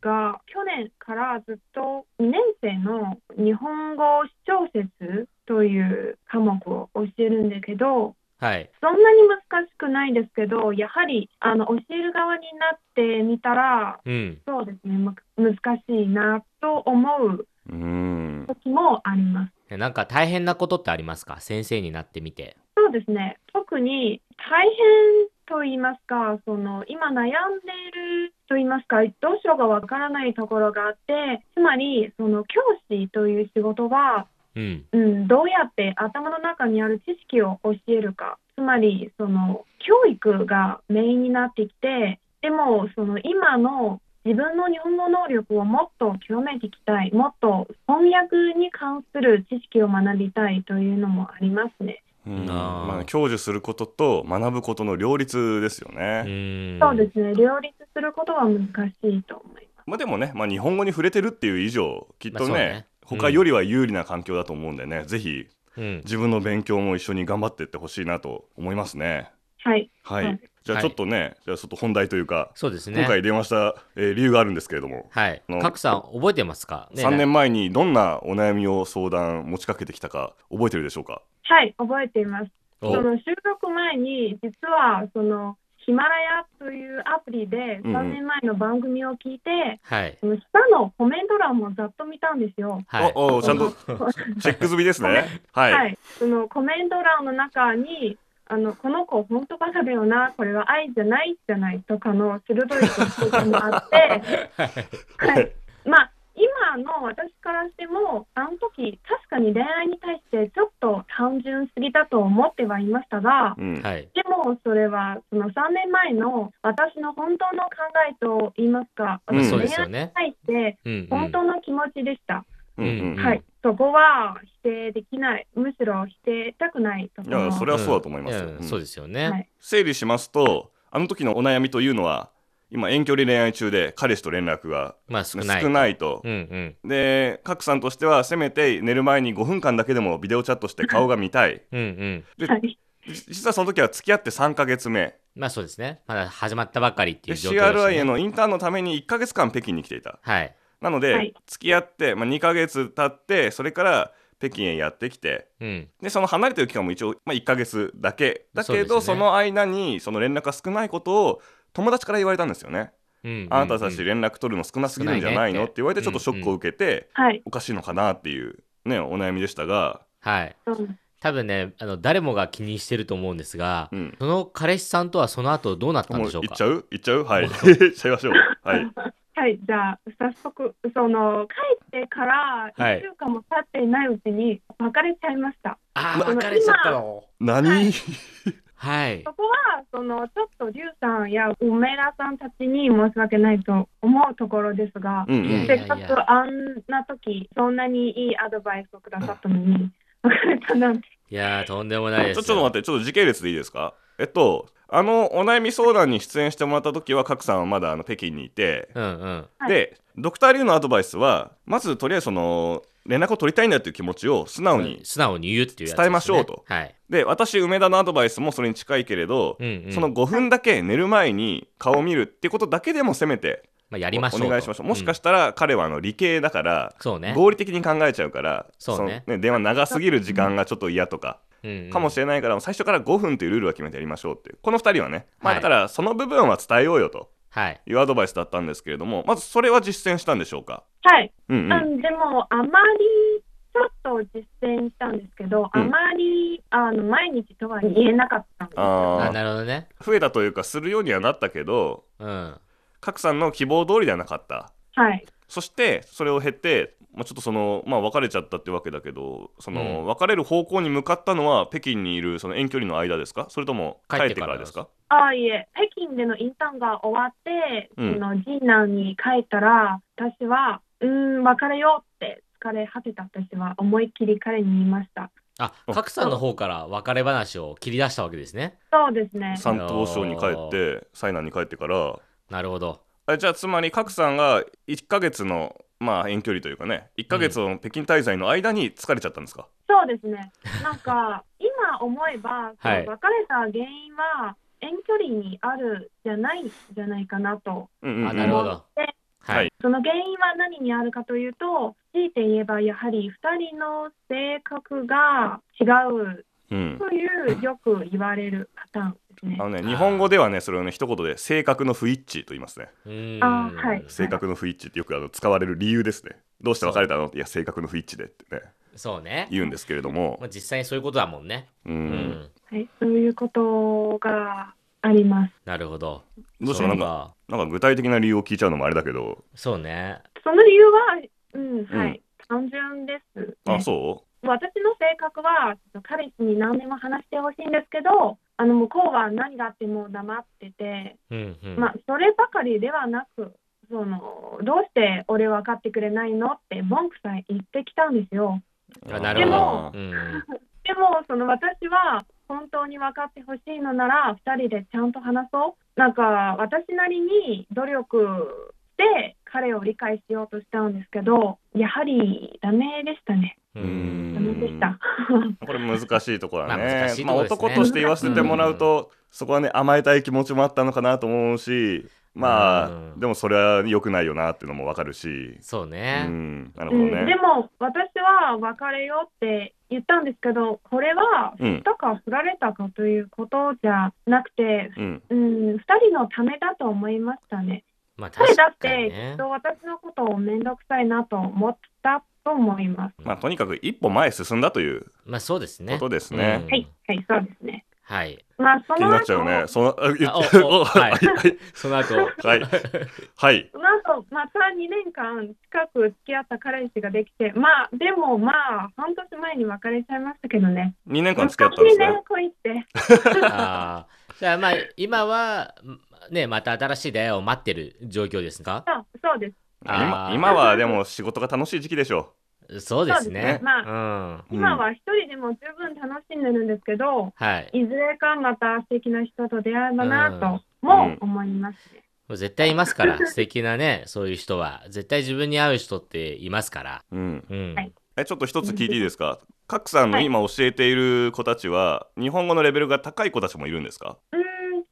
[SPEAKER 5] が、去年からずっと2年生の日本語小説という科目を教えるんですけど、
[SPEAKER 1] はい、
[SPEAKER 5] そんなに難しくないですけど、やはりあの教える側になってみたら、
[SPEAKER 1] うん、
[SPEAKER 5] そうですね、む難しいなと思う
[SPEAKER 3] うん
[SPEAKER 5] 時もあります。
[SPEAKER 1] えなんか大変なことってありますか先生になってみて。
[SPEAKER 5] そうですね、特に大変と言いますか、その今悩んでいると言いますか、どうしようかわからないところがあって、つまりその教師という仕事は、
[SPEAKER 1] うん、
[SPEAKER 5] うん、どうやって頭の中にある知識を教えるか、つまりその教育がメインになってきて、でもその今の自分の日本語能力をもっと強めていきたい、もっと翻訳に関する知識を学びたいというのもありますね。
[SPEAKER 3] うん
[SPEAKER 1] あー
[SPEAKER 3] まあ、享受することと学ぶことの両立ですよ
[SPEAKER 1] う
[SPEAKER 3] ね。
[SPEAKER 1] ん
[SPEAKER 5] そうですね、両立することは難しいと思いま
[SPEAKER 3] まあ、でもね、まあ、日本語に触れてるっていう以上きっ
[SPEAKER 1] ま
[SPEAKER 3] とね,、
[SPEAKER 1] あそうねうん
[SPEAKER 3] 他よりは有利な環境だと思うんでね、ぜひ
[SPEAKER 1] うん、
[SPEAKER 3] 自分の勉強も一緒に頑張っていってほしいなと思いますね。
[SPEAKER 5] す。はい、
[SPEAKER 3] はい、
[SPEAKER 5] はい
[SPEAKER 3] じゃあちょっとね、じゃあちょっと本題というか、
[SPEAKER 1] そうです
[SPEAKER 3] 今
[SPEAKER 1] ね。
[SPEAKER 3] 回電話した、えー理由があるんですけれども、
[SPEAKER 1] はい
[SPEAKER 3] あの。
[SPEAKER 1] 角さん覚えてますか、ねえ
[SPEAKER 3] 3年前にどんなお悩みを相談持ちかけてきたか覚えてるでしょうか
[SPEAKER 5] はい、覚えています。そ
[SPEAKER 1] お
[SPEAKER 5] の収録前に、実はそのヒマラヤというアプリで
[SPEAKER 3] うん
[SPEAKER 5] 3年前の番組を聞いて、
[SPEAKER 1] はい。
[SPEAKER 5] その下のコメント欄もざっと見たんですよ。
[SPEAKER 1] はい。
[SPEAKER 3] おおちゃんと
[SPEAKER 5] その
[SPEAKER 3] チェック済みですね。はい、
[SPEAKER 5] はい、そのコメント欄の中に、あのこの子、本当バカだよな、これは愛じゃないじゃないとかの鋭いご指摘もあって、はい、まあ今の私からしてもあの時確かに恋愛に対してちょっと単純すぎたと思ってはいましたが
[SPEAKER 3] うん
[SPEAKER 1] はい。
[SPEAKER 5] でもそれはその3年前の私の本当の考えと言いますか
[SPEAKER 3] うん
[SPEAKER 5] 私
[SPEAKER 1] そうで
[SPEAKER 5] 恋
[SPEAKER 1] す
[SPEAKER 5] 愛
[SPEAKER 1] よ
[SPEAKER 5] に
[SPEAKER 1] ね。
[SPEAKER 5] 対して
[SPEAKER 1] うん、うん
[SPEAKER 5] 本当の気持ちでした、
[SPEAKER 3] うんうん
[SPEAKER 1] うん
[SPEAKER 5] はいそこは否定できないむしろ否定したくないとこ
[SPEAKER 3] い
[SPEAKER 5] ろ
[SPEAKER 3] やそれはそうだと思いますよ、
[SPEAKER 1] うん
[SPEAKER 3] うん
[SPEAKER 1] そうですよね。
[SPEAKER 5] はい
[SPEAKER 3] 整理しますとあの時のお悩みというのは今遠距離恋愛中で彼氏と連絡が
[SPEAKER 1] まあ
[SPEAKER 3] 少
[SPEAKER 1] 少
[SPEAKER 3] な
[SPEAKER 1] ないい。
[SPEAKER 3] と
[SPEAKER 1] う、んうん
[SPEAKER 3] で賀来さんとしてはせめて寝る前に5分間だけでもビデオチャットして顔が見たい
[SPEAKER 1] うんうん。
[SPEAKER 3] で
[SPEAKER 5] はい
[SPEAKER 3] じ実はその時は付き合って3ヶ月目
[SPEAKER 1] まあそうですね。まだ始まったばかりってい
[SPEAKER 3] で
[SPEAKER 1] う状況です、ね。
[SPEAKER 3] CRI へのインターンのために1ヶ月間北京に来ていた
[SPEAKER 1] はい。
[SPEAKER 3] なので、
[SPEAKER 5] はい
[SPEAKER 3] 付き合って、まあ、2ヶ月経ってそれから北京へやってきて
[SPEAKER 1] うん。
[SPEAKER 3] でその離れてる期間も一応、まあ、1ヶ月だけだけ
[SPEAKER 1] そう
[SPEAKER 3] ど
[SPEAKER 1] です
[SPEAKER 3] そ,、
[SPEAKER 1] ね
[SPEAKER 3] の間にその連絡が少ないことを友達から言われたんですよね、
[SPEAKER 1] うんうんうん
[SPEAKER 3] あなたたち連絡取るの少なすぎるんじゃないのって言われてちょっとショックを受けて、
[SPEAKER 5] はい
[SPEAKER 3] おかしいのかなっていうねお悩みでしたが、
[SPEAKER 1] はい。
[SPEAKER 5] そうです
[SPEAKER 1] 多分ね、あの誰もが気にしてると思うんですが、
[SPEAKER 3] うん、
[SPEAKER 1] その彼氏さんとはその後どうなったん
[SPEAKER 3] も
[SPEAKER 1] で
[SPEAKER 3] う
[SPEAKER 1] しょう
[SPEAKER 3] 行
[SPEAKER 1] か
[SPEAKER 3] っちゃう行っちゃうはい
[SPEAKER 1] も
[SPEAKER 3] 行
[SPEAKER 1] う
[SPEAKER 3] っちゃいましょうはい
[SPEAKER 5] はい、じゃあ早速その帰ってから
[SPEAKER 1] は
[SPEAKER 5] 1
[SPEAKER 1] い
[SPEAKER 5] 週間も経っていないうちに別れちゃいました、
[SPEAKER 1] あ
[SPEAKER 5] ま
[SPEAKER 1] あ、別れちゃったの。
[SPEAKER 3] 何
[SPEAKER 1] はい
[SPEAKER 5] そ。こはそのちょっとリュウさんや梅田さんたちに申し訳ないと思うところですが、
[SPEAKER 3] うんう
[SPEAKER 1] いやいや
[SPEAKER 3] ん
[SPEAKER 5] せっかくあんな時そんなにいいアドバイスをくださったのに別れたなんて
[SPEAKER 1] いやー、とんでもないです
[SPEAKER 3] ちょ
[SPEAKER 1] よ。
[SPEAKER 3] ちょっと待ってちょっと時系列でいいですかえっとあのお悩み相談に出演してもらった時は賀来さんはまだあの北京にいて、
[SPEAKER 1] うんうん。
[SPEAKER 5] はい
[SPEAKER 3] でドクター・リュウのアドバイスはまずとりあえずその連絡を取りたいんだっていう気持ちを素直に、
[SPEAKER 1] 素直に言うっていうやつです、ね。
[SPEAKER 3] 伝えましょうと
[SPEAKER 1] はい。
[SPEAKER 3] で私梅田のアドバイスもそれに近いけれど、
[SPEAKER 1] うんうん。
[SPEAKER 3] その、5分だけ寝る前に顔を見るってことだけでもせめて
[SPEAKER 1] まあ、や
[SPEAKER 3] お
[SPEAKER 1] りましょうと。
[SPEAKER 3] お願いしましょうもしか
[SPEAKER 1] し
[SPEAKER 3] したら彼はあの理系だから、
[SPEAKER 1] そうね。
[SPEAKER 3] 合理的に考えちゃうから
[SPEAKER 1] そうね
[SPEAKER 3] の電話長すぎる時間がちょっと嫌とか、
[SPEAKER 1] うんうん
[SPEAKER 3] かもしれないから最初から5分というルールは決めてやりましょうっていうこの2人はね、まあ、
[SPEAKER 1] は
[SPEAKER 3] だ
[SPEAKER 1] い
[SPEAKER 3] からその部分は伝えようよと
[SPEAKER 1] はい。
[SPEAKER 3] いうアドバイスだったんですけれどもまずそれは実践したんでしょうか
[SPEAKER 5] はい、
[SPEAKER 3] うんう、
[SPEAKER 5] うんん、でもあまりちょっと実践したんですけど、
[SPEAKER 3] うん
[SPEAKER 5] あまりあの毎日とは言えなかったんですよ
[SPEAKER 1] あ
[SPEAKER 3] あー
[SPEAKER 1] なるほどね。
[SPEAKER 3] 増えたというかするようにはなったけど
[SPEAKER 1] うん。
[SPEAKER 3] 賀来さんの希望通りではなかった
[SPEAKER 5] はい
[SPEAKER 3] そしてそれを経て、まあ、ちょっとその、まあ、別れちゃったってわけだけどその、
[SPEAKER 1] うん
[SPEAKER 3] 別れる方向に向かったのは北京にいるその遠距離の間ですかそれとも帰ってからですか
[SPEAKER 5] ああいえ北京でのインターンが終わって、
[SPEAKER 3] うん
[SPEAKER 5] その次男に帰ったら私はうーん別れようって疲れ果てた私は思いっきり彼に言いました
[SPEAKER 1] あ、賀来さんの方から別れ話を切り出したわけですね。
[SPEAKER 5] そうですね
[SPEAKER 3] 山東省に帰って西南に帰ってから
[SPEAKER 1] なるほど。
[SPEAKER 3] あじゃあつまり賀来さんが1ヶ月のまあ遠距離というかね1ヶ月の北京滞在の間に疲れちゃったんですか、
[SPEAKER 5] そうですね。なんか、今思えば、その
[SPEAKER 1] はい
[SPEAKER 5] 別れた原因は、遠距離にあるじゃないんじゃないかなと。
[SPEAKER 3] うんうんうん
[SPEAKER 1] あなるほど
[SPEAKER 5] で
[SPEAKER 1] は
[SPEAKER 3] はいい
[SPEAKER 5] その原因は何にあるかというと、強いて言えば、やはり2人の性格が違う
[SPEAKER 3] うん
[SPEAKER 5] という、よく言われるパターンですね
[SPEAKER 3] あ。のね
[SPEAKER 1] ー
[SPEAKER 3] 日本語ではねそれをね一言で性格の不一致と言いますね
[SPEAKER 1] うーん
[SPEAKER 5] あはい
[SPEAKER 3] 性格の不一致ってよくあの使われる理由ですねどうして別れたのいや性格の不一致でってね
[SPEAKER 1] そうね、
[SPEAKER 3] 言うんですけれども
[SPEAKER 1] まあ、実際にそういうことだもんね
[SPEAKER 3] う
[SPEAKER 1] うん、
[SPEAKER 3] ん
[SPEAKER 5] はい、そういうことがあります。
[SPEAKER 1] なるほど
[SPEAKER 3] どうし
[SPEAKER 1] そう
[SPEAKER 3] たなんか
[SPEAKER 1] か
[SPEAKER 3] なんか具体的な理由を聞いちゃうのもあれだけど
[SPEAKER 1] そうね
[SPEAKER 5] その理由は、うん、はい、単純です、ね。
[SPEAKER 3] あそ
[SPEAKER 5] 私の性格は彼氏に何でも話してほしいんですけどあの向こうは何があっても黙ってて、
[SPEAKER 1] うんうん、
[SPEAKER 5] まあ、そればかりではなくそのどうして俺分かってくれないのって文句さえ言ってきたんですよ
[SPEAKER 3] う
[SPEAKER 1] あなるほ
[SPEAKER 3] あ
[SPEAKER 1] ど
[SPEAKER 3] ー、
[SPEAKER 1] うん、
[SPEAKER 5] でもその私は本当に分かってほしいのなら2人でちゃんと話そうなんか私なりに努力して彼を理解しようとしたんですけどやはりダメでしたね
[SPEAKER 1] う
[SPEAKER 3] うー
[SPEAKER 1] ん
[SPEAKER 5] ダメでし
[SPEAKER 3] ん
[SPEAKER 5] た。
[SPEAKER 3] これ難しいところだね,、
[SPEAKER 1] まあ
[SPEAKER 3] まあ、
[SPEAKER 1] 難しいところですね
[SPEAKER 3] 男として言わせてもらうと、そこはね甘えたい気持ちもあったのかなと思うしまあ、
[SPEAKER 1] うん
[SPEAKER 3] でもそれは良くないよなっていうのもわかるし、
[SPEAKER 1] そう
[SPEAKER 3] う
[SPEAKER 1] ね、
[SPEAKER 3] ん、なる
[SPEAKER 5] う
[SPEAKER 3] ほど
[SPEAKER 5] ん、で
[SPEAKER 3] ね、
[SPEAKER 5] も私は別れようって言ったんですけどこれは
[SPEAKER 3] うん
[SPEAKER 5] 振ったか振られたかということじゃなくて、
[SPEAKER 3] うん
[SPEAKER 5] うん、2人のためだと思いましたね。
[SPEAKER 1] まあ
[SPEAKER 5] 彼
[SPEAKER 1] 確
[SPEAKER 5] だっ
[SPEAKER 1] かに
[SPEAKER 5] てき
[SPEAKER 1] ね
[SPEAKER 5] っと私のことを面倒くさいなと思ったと思います。
[SPEAKER 3] まあ、とにかく一歩前へ進んだという
[SPEAKER 1] まあそうですね
[SPEAKER 3] ことですね
[SPEAKER 1] うん
[SPEAKER 5] はい、はい、そうですね。
[SPEAKER 1] はい
[SPEAKER 5] まあそ
[SPEAKER 3] 気に
[SPEAKER 5] の
[SPEAKER 3] なっちゃ
[SPEAKER 5] 後
[SPEAKER 3] うね。そのあ言っ
[SPEAKER 1] あ
[SPEAKER 3] て
[SPEAKER 1] おお
[SPEAKER 3] はいはい
[SPEAKER 1] その後
[SPEAKER 3] はいはい
[SPEAKER 5] その後また2年間近く付き合った彼氏ができてまあでもまあ半年前に別れちゃいましたけどね。
[SPEAKER 3] 2年間付き合ったんで
[SPEAKER 5] 昔
[SPEAKER 3] す
[SPEAKER 5] ね
[SPEAKER 3] ね。
[SPEAKER 5] 恋って
[SPEAKER 1] あーじゃあまあ今はねまた新しい出会いを待ってる状況ですか
[SPEAKER 5] そうそうです。
[SPEAKER 1] あ
[SPEAKER 3] 今
[SPEAKER 1] ー
[SPEAKER 3] 今はでも仕事が楽しい時期でしょ
[SPEAKER 1] そうですね
[SPEAKER 5] そうですねま
[SPEAKER 1] あ、うん、
[SPEAKER 5] 今は一人でも十分楽しんでるんですけど、
[SPEAKER 1] はい
[SPEAKER 5] いずれかまた素敵な人と出会えばなと
[SPEAKER 3] ん
[SPEAKER 5] も思います、ね
[SPEAKER 1] もう絶対いますから 素敵なねそういう人は絶対自分に合う人っていますから、
[SPEAKER 3] う。うん。
[SPEAKER 1] うん
[SPEAKER 5] はい
[SPEAKER 3] えちょっと一つ聞いていいですか。カクさんの今教えている子たちは日本語のレベルが高い子たちもいるんですか。
[SPEAKER 5] うーん、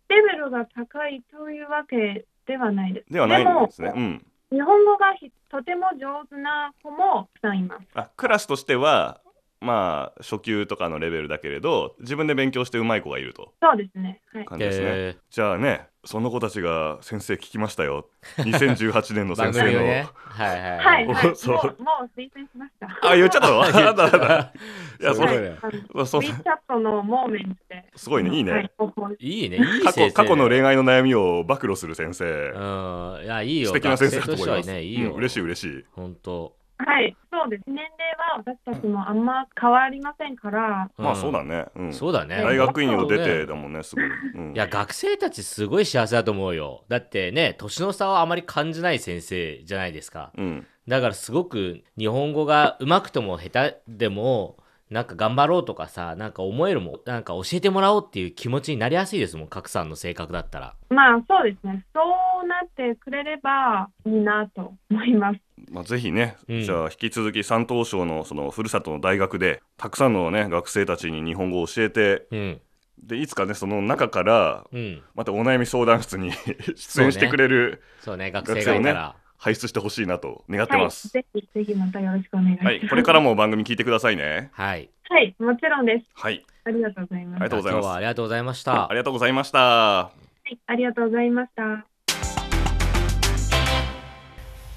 [SPEAKER 5] レベルが高いというわけではないです。
[SPEAKER 3] ではないん
[SPEAKER 5] も
[SPEAKER 3] ですね。うん。
[SPEAKER 5] 日本語がひとても上手な子もたくさんいます。
[SPEAKER 3] あクラスとしてはまあ初級とかのレベルだけれど自分で勉強してうまい子がいると
[SPEAKER 5] そうですね。 はい。
[SPEAKER 3] 感じですね。
[SPEAKER 1] え
[SPEAKER 3] じゃあねその子たちが先生聞きましたよ。2018年の
[SPEAKER 1] ー、番
[SPEAKER 3] 先生
[SPEAKER 1] 組を
[SPEAKER 3] の。
[SPEAKER 1] ねはいはい
[SPEAKER 5] はい、はい、 もう
[SPEAKER 3] そう
[SPEAKER 5] もう推薦しました。
[SPEAKER 3] あ言っちゃった の。あなたあなたいや
[SPEAKER 1] す
[SPEAKER 3] そ
[SPEAKER 1] ご
[SPEAKER 3] う
[SPEAKER 1] い
[SPEAKER 5] はい
[SPEAKER 1] ね
[SPEAKER 5] あの
[SPEAKER 3] まあそん
[SPEAKER 5] WeChat
[SPEAKER 3] な
[SPEAKER 5] のモーメントで。
[SPEAKER 3] すごいねいいね
[SPEAKER 5] はい、ご報
[SPEAKER 1] いいねいい
[SPEAKER 3] 過
[SPEAKER 1] 先
[SPEAKER 3] 去
[SPEAKER 1] 生
[SPEAKER 3] 過去の恋愛の悩みを暴露する先生、
[SPEAKER 1] うんいやいいよ
[SPEAKER 3] 素敵な先生だと
[SPEAKER 1] 学生とし
[SPEAKER 3] 思い
[SPEAKER 1] ては
[SPEAKER 3] ま
[SPEAKER 1] ね
[SPEAKER 3] す。
[SPEAKER 1] いいよ、
[SPEAKER 3] うん嬉しい嬉しい。
[SPEAKER 1] 本当、
[SPEAKER 5] はい、そうです。年齢は私たちもあんま変わりませんから、
[SPEAKER 3] まあそうだ
[SPEAKER 1] ね、
[SPEAKER 3] ね。うん。
[SPEAKER 1] そうだね
[SPEAKER 3] 大学院を出
[SPEAKER 1] ね
[SPEAKER 3] てだもんね、すごい。うん
[SPEAKER 1] いや学生たちすごい幸せだと思うよだってね年の差をあまり感じない先生じゃないですか
[SPEAKER 3] うん。
[SPEAKER 1] だからすごく日本語がうまくとも下手でもなんか頑張ろうとかさなんか思えるもんなんか教えてもらおうっていう気持ちになりやすいですもん賀来さんの性格だったら
[SPEAKER 5] まあそうですね、そうなってくれればいいなと思います。
[SPEAKER 3] まあぜひね、
[SPEAKER 1] うん
[SPEAKER 3] じゃあ引き続き山東省のそのふるさとの大学でたくさんのね学生たちに日本語を教えて、
[SPEAKER 1] うん
[SPEAKER 3] でいつかねその中から
[SPEAKER 1] うん
[SPEAKER 3] またお悩み相談室に 出演してくれる、
[SPEAKER 1] そうね学生がいたら、
[SPEAKER 3] 輩出してほしいなと願って
[SPEAKER 5] はい、
[SPEAKER 3] ます。
[SPEAKER 5] ぜひぜひまたよろしくお願いします。
[SPEAKER 3] はい、これからも番組聞いてくださいね。
[SPEAKER 1] はい
[SPEAKER 5] はい、もちろんです。
[SPEAKER 3] はい、
[SPEAKER 5] ありがとうございま
[SPEAKER 3] ありが
[SPEAKER 5] す。
[SPEAKER 3] とうございま
[SPEAKER 1] 今
[SPEAKER 3] す
[SPEAKER 1] 日はありがとうございまし
[SPEAKER 3] あ
[SPEAKER 1] た
[SPEAKER 3] りがとうございました。
[SPEAKER 5] はい、ありがとうございました。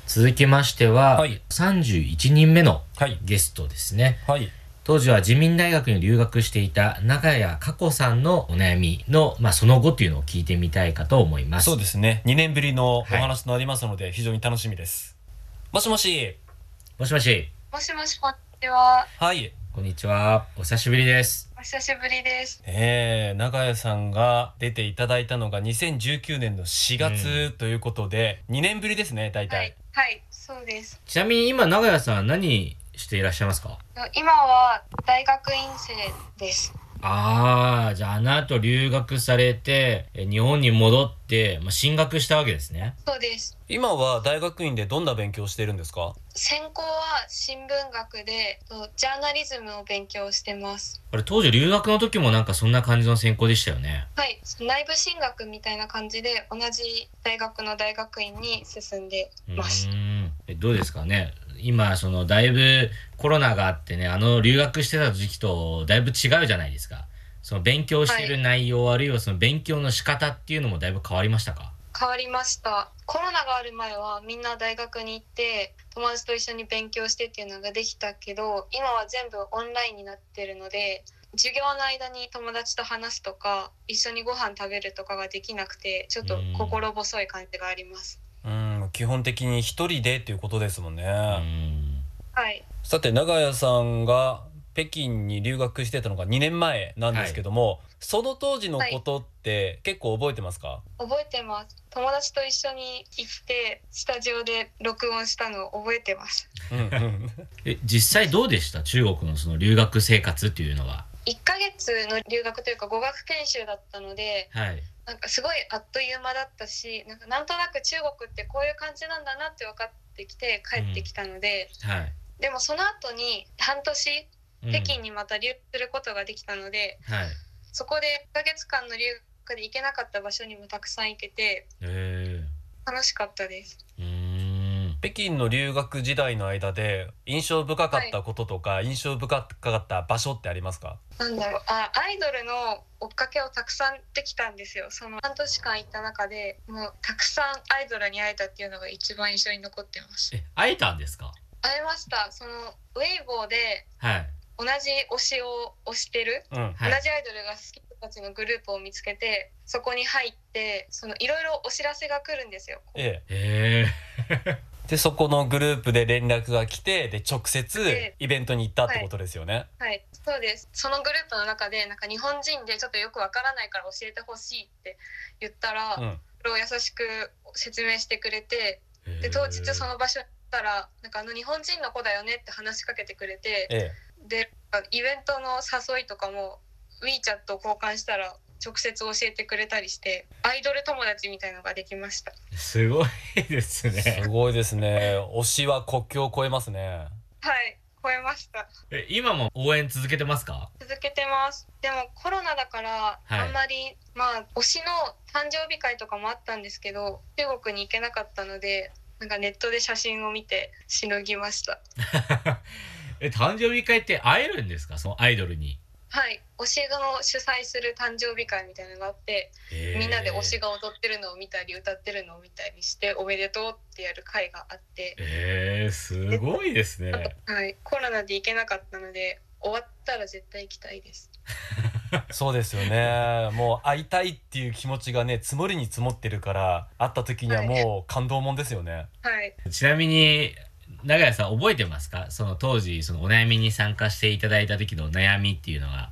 [SPEAKER 1] 続きましては、
[SPEAKER 2] はい
[SPEAKER 1] 31人目の
[SPEAKER 2] はい
[SPEAKER 1] ゲストですね
[SPEAKER 2] はい
[SPEAKER 1] 当時は自民大学に留学していた中谷佳子さんのお悩みの、まあ、その後っていうのを聞いてみたいかと思います
[SPEAKER 2] そうですね2年ぶりのお
[SPEAKER 1] はい
[SPEAKER 2] 話となりますので、非常に楽しみですもしもし
[SPEAKER 1] もしもし
[SPEAKER 6] もしもし、こんにちは。
[SPEAKER 2] はい
[SPEAKER 1] こんにちはお久しぶりです
[SPEAKER 6] お久しぶりです。
[SPEAKER 2] えー、長屋さんが出ていただいたのが2019年の4月ということで、2年ぶりですね大体、
[SPEAKER 6] はい、はい、そうです。
[SPEAKER 1] ちなみに今長屋さん何していらっしゃいますか
[SPEAKER 6] 今は大学院生です。
[SPEAKER 1] ああ、じゃああの後留学されて、え日本に戻って、まあ、進学したわけですね。
[SPEAKER 6] そうです。
[SPEAKER 2] 今は大学院でどんな勉強をしているんですか
[SPEAKER 6] 専攻は新聞学で、とジャーナリズムを勉強してます。
[SPEAKER 1] あれ当時留学の時もなんかそんな感じの専攻でしたよね。
[SPEAKER 6] はい、内部進学みたいな感じで、同じ大学の大学院に進んで
[SPEAKER 1] う
[SPEAKER 6] ます。
[SPEAKER 1] ーん。えどうですかね今、そのだいぶコロナがあってね、あの留学してた時期とだいぶ違うじゃないですか。その勉強してる内容、あるいはその勉強の仕方っていうのもだいぶ変わりましたか
[SPEAKER 6] 変わりましたコロナがある前はみんな大学に行って友達と一緒に勉強してっていうのができたけど今は全部オンラインになってるので授業の間に友達と話すとか一緒にご飯食べるとかができなくてちょっと心細い感じがあります
[SPEAKER 2] うん基本的に一人でということですもんね、
[SPEAKER 1] うーん。
[SPEAKER 6] はい
[SPEAKER 2] さて長屋さんが北京に留学してたのが2年前なんですけども、その当時のことって結構覚えてますか、
[SPEAKER 6] 覚えてます友達と一緒に行ってスタジオで録音したのを覚えてます
[SPEAKER 2] うんうん
[SPEAKER 1] え、実際どうでした中国のその留学生活っていうのは。
[SPEAKER 6] 1ヶ月の留学というか語学研修だったので
[SPEAKER 1] はい。
[SPEAKER 6] なんかすごいあっという間だったしなんかなんとなく中国ってこういう感じなんだなって分かってきて帰ってきたので、
[SPEAKER 1] はい。
[SPEAKER 6] でもその後に半年
[SPEAKER 1] うん
[SPEAKER 6] 北京にまた留学することができたので、
[SPEAKER 1] はい。
[SPEAKER 6] そこで1ヶ月間の留学で行けなかった場所にもたくさん行けて
[SPEAKER 1] え
[SPEAKER 6] 楽しかったです。
[SPEAKER 1] ー。うーん。
[SPEAKER 2] 北京の留学時代の間で印象深かったこととか、印象深かった場所ってありますか
[SPEAKER 6] なんだろうあアイドルの追っかけをたくさんできたんですよその半年間行った中でもうたくさんアイドルに会えたっていうのが一番印象に残ってます
[SPEAKER 1] え、会えたんですか
[SPEAKER 6] 会えましたそのウェイボーで
[SPEAKER 1] はい。
[SPEAKER 6] 同じ推しを推してる
[SPEAKER 2] うん
[SPEAKER 1] はい
[SPEAKER 6] 同じアイドルが好きな人たちのグループを見つけてそこに入ってそのいろいろお知らせが来るんですよ。
[SPEAKER 2] え
[SPEAKER 1] え
[SPEAKER 2] え、でそこのグループで連絡が来てで直接
[SPEAKER 6] え
[SPEAKER 2] イベントに行ったってことですよね、
[SPEAKER 6] はい、そうですそのグループの中でなんか日本人でちょっとよくわからないから教えてほしいって言ったら、
[SPEAKER 2] うん
[SPEAKER 6] それを優しく説明してくれて
[SPEAKER 1] ー。
[SPEAKER 6] で当日その場所に行ったらなんかあの日本人の子だよねって話しかけてくれて
[SPEAKER 2] え
[SPEAKER 6] でイベントの誘いとかも WeChat を交換したら直接教えてくれたりしてアイドル友達みたいのができました。
[SPEAKER 1] すごいです
[SPEAKER 2] え、す
[SPEAKER 1] ね。
[SPEAKER 2] ごいですね推しは国境を越えますね
[SPEAKER 6] はい、超えました。
[SPEAKER 1] え今も応援続けてますか？
[SPEAKER 6] 続けてます。でもコロナだから、
[SPEAKER 1] はい
[SPEAKER 6] あんまり、まあ、推しの誕生日会とかもあったんですけど、中国に行けなかったので、なんかネットで写真を見てしのぎました。
[SPEAKER 1] え誕生日会って会えるんですか？そのアイドルに。
[SPEAKER 6] はい、推しの主催する誕生日会みたいなのがあって、
[SPEAKER 1] へー
[SPEAKER 6] みんなで推し。が踊ってるのを見たり、歌ってるのを見たりして、おめでとうってやる会があって、
[SPEAKER 1] えー、すごいですね。
[SPEAKER 6] はい、コロナで行けなかったので、終わったら絶対行きたいです。
[SPEAKER 2] そうですよねもう会いたいっていう気持ちがね積もりに積もってるから会った時にはもう感動もんですよね、
[SPEAKER 6] はい、
[SPEAKER 1] ちなみに長谷さん覚えてますか？その当時そのお悩みに参加していただいた時のお悩みっていうのは。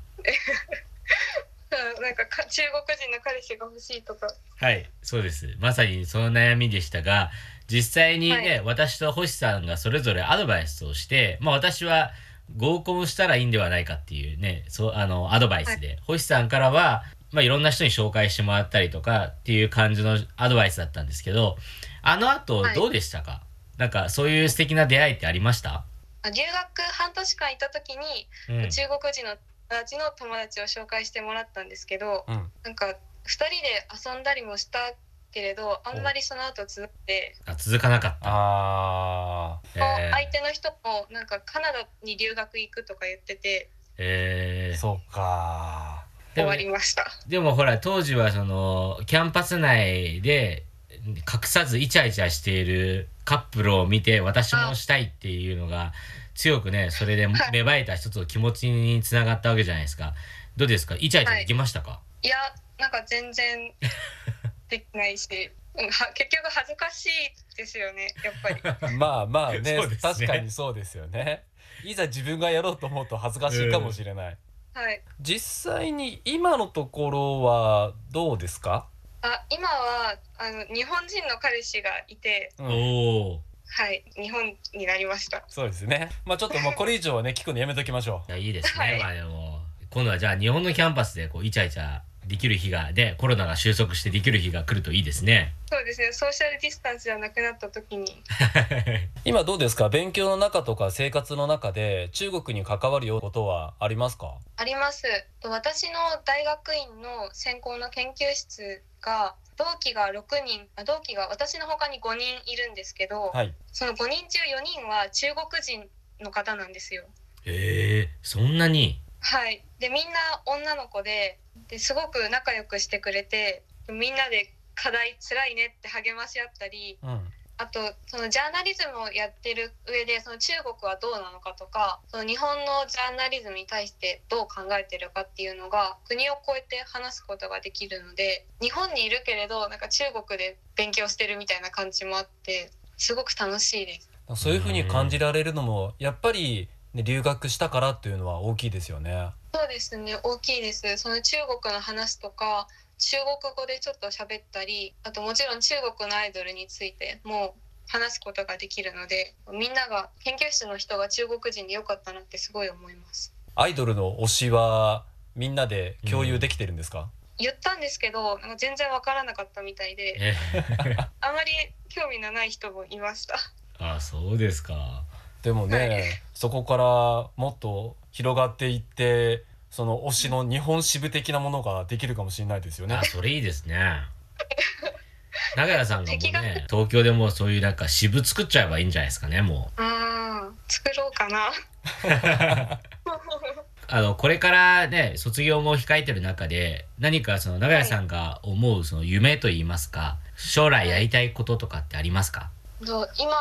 [SPEAKER 6] うんなんかか中国人の彼氏が欲しいとか、
[SPEAKER 1] はい、そうです。まさにその悩みでしたが、実際にね、
[SPEAKER 6] はい
[SPEAKER 1] 私と星さんがそれぞれアドバイスをして、まあ私は合コンしたらいいんではないかっていうね、そう、あの、アドバイスで、星さんからは、まあいろんな人に紹介してもらったりとかっていう感じのアドバイスだったんですけど、あの後
[SPEAKER 6] はい
[SPEAKER 1] どうでしたか、なんかそういう素敵な出会いってありました
[SPEAKER 6] あ留学半年間いた時に、
[SPEAKER 1] うん。
[SPEAKER 6] 中国人の友達の友達を紹介してもらったんですけど
[SPEAKER 2] うん、
[SPEAKER 6] なんか2人で遊んだりもしたけれどあんまりその後続いて、
[SPEAKER 1] あ続かなかった。
[SPEAKER 2] あー
[SPEAKER 1] え
[SPEAKER 6] こう
[SPEAKER 1] ー
[SPEAKER 6] 相手の人もなんかカナダに留学行くとか言ってて
[SPEAKER 1] えー
[SPEAKER 2] そうか
[SPEAKER 1] で
[SPEAKER 6] 終
[SPEAKER 1] も
[SPEAKER 6] わりました、
[SPEAKER 1] でもほら当時はそのキャンパス内で隠さずイチャイチャしているカップルを見て私もしたいっていうのが強くねそれで
[SPEAKER 6] はい
[SPEAKER 1] 芽生えた一つの気持ちにつながったわけじゃないですかどうですかイチャイチャできましたか、
[SPEAKER 6] いやなんか全然できないしうんは結局恥ずかしいですよねやっ ぱり
[SPEAKER 2] まあまあね
[SPEAKER 1] そうですね
[SPEAKER 2] 確かにそうですよねいざ自分がやろうと思うと恥ずかしいかもしれない、
[SPEAKER 6] はい
[SPEAKER 2] 実際に今のところはどうですか、
[SPEAKER 6] あ今はあの日本人の彼氏がいて
[SPEAKER 2] うん
[SPEAKER 1] おお
[SPEAKER 6] はい日本になりました
[SPEAKER 2] そうですねまあちょっとまあこれ以上はね聞くのやめときましょ
[SPEAKER 1] いやいいですね、
[SPEAKER 6] はい
[SPEAKER 1] まあでも今度はじゃあ日本のキャンパスでこうイチャイチャできる日がでコロナが収束してできる日が来るといいですね。
[SPEAKER 6] そうですねソーシャルディスタンスじゃなくなった時に
[SPEAKER 2] 今どうですか勉強の中とか生活の中で中国に関わるようなことはありますか
[SPEAKER 6] ありますと私の大学院の専攻の研究室が同期が6人あ同期が私の他に5人いるんですけど、
[SPEAKER 2] はい
[SPEAKER 6] その5人中4人は中国人の方なんですよ
[SPEAKER 1] ええそんなに
[SPEAKER 6] はいでみんな女の子でですごく仲良くしてくれてみんなで課題つらいねって励まし合ったり
[SPEAKER 2] うん
[SPEAKER 6] あとそのジャーナリズムをやってる上でその中国はどうなのかとかその日本のジャーナリズムに対してどう考えてるかっていうのが国を越えて話すことができるので日本にいるけれどなんか中国で勉強してるみたいな感じもあってすごく楽しいです。
[SPEAKER 2] そういうふうに感じられるのもやっぱりね留学したからっていうのは大きいですよね。
[SPEAKER 6] そうですね大きいですその中国の話とか中国語でちょっと喋ったりあともちろん中国のアイドルについても話すことができるのでみんなが研究室の人が中国人でよかったなってすごい思います
[SPEAKER 2] アイドルの推しはみんなで共有できてるんですか、
[SPEAKER 6] 言ったんですけどなんか全然わからなかったみたいで
[SPEAKER 1] え
[SPEAKER 6] あまり興味のない人もいました
[SPEAKER 1] あそうですか。
[SPEAKER 2] でもね、
[SPEAKER 6] はい
[SPEAKER 2] そこからもっと広がっていってその推しの日本支部的なものができるかもしれないですよね
[SPEAKER 1] あ。それいいですね。 長屋さんがもう
[SPEAKER 6] 敵が
[SPEAKER 1] ね東京でもうそういうなんか支部作っちゃえばいいんじゃないですかねもう。
[SPEAKER 6] あー作ろうかな
[SPEAKER 1] あのこれからね卒業も控えてる中で何かその長屋さんが思うその夢といいますか将来やりたいこととかってありますか
[SPEAKER 6] そう今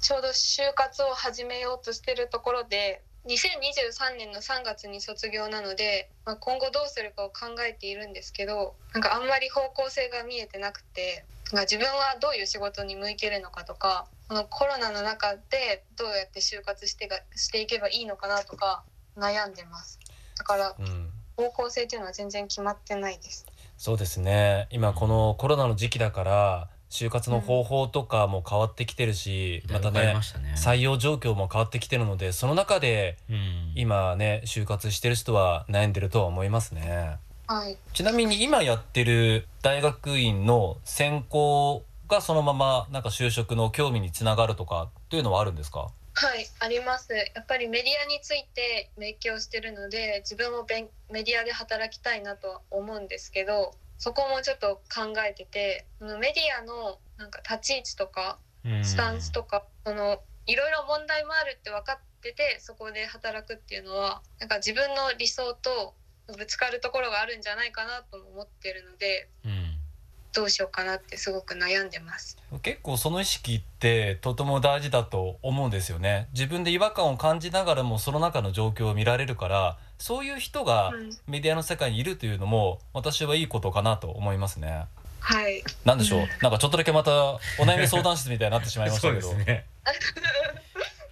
[SPEAKER 6] ちょうど就活を始めようとしてるところで2023年の3月に卒業なので、まあ、今後どうするかを考えているんですけどなんかあんまり方向性が見えてなくて、まあ、自分はどういう仕事に向いてるのかとかこのコロナの中でどうやって就活してがしていけばいいのかなとか悩んでますだから
[SPEAKER 2] うん
[SPEAKER 6] 方向性っていうのは全然決まってないです
[SPEAKER 2] そうですね今このコロナの時期だから就活の方法とかも変わってきてるし、ま
[SPEAKER 1] だ
[SPEAKER 2] た
[SPEAKER 1] いぶ変わり
[SPEAKER 2] ね
[SPEAKER 1] ましたね。
[SPEAKER 2] 採用状況も変わってきてるのでその中で
[SPEAKER 1] うん
[SPEAKER 2] 今ね就活してる人は悩んでるとは思いますね
[SPEAKER 6] はい
[SPEAKER 2] ちなみに今やってる大学院の専攻がそのままなんか就職の興味につながるとかというのはあるんですか
[SPEAKER 6] はい、あります。やっぱりメディアについて勉強してるので、自分も勉メディアで働きたいなとは思うんですけど、そこもちょっと考えてて、そのメディアのなんか立ち位置とかスタンスとか、そのいろいろ問題もあるって分かってて、そこで働くっていうのは、なんか自分の理想とぶつかるところがあるんじゃないかなとも思ってるので、
[SPEAKER 1] うん
[SPEAKER 6] どうしようかなってすごく悩んでます。
[SPEAKER 2] 結構その意識ってとても大事だと思うんですよね自分で違和感を感じながらもその中の状況を見られるからそういう人が
[SPEAKER 6] うん
[SPEAKER 2] メディアの世界にいるというのも私はいいことかなと思いますね
[SPEAKER 6] はい。
[SPEAKER 2] なんでしょうなんかちょっとだけまたお悩み相談室みたいになってしまいました
[SPEAKER 1] そうです
[SPEAKER 2] け ど
[SPEAKER 1] ね。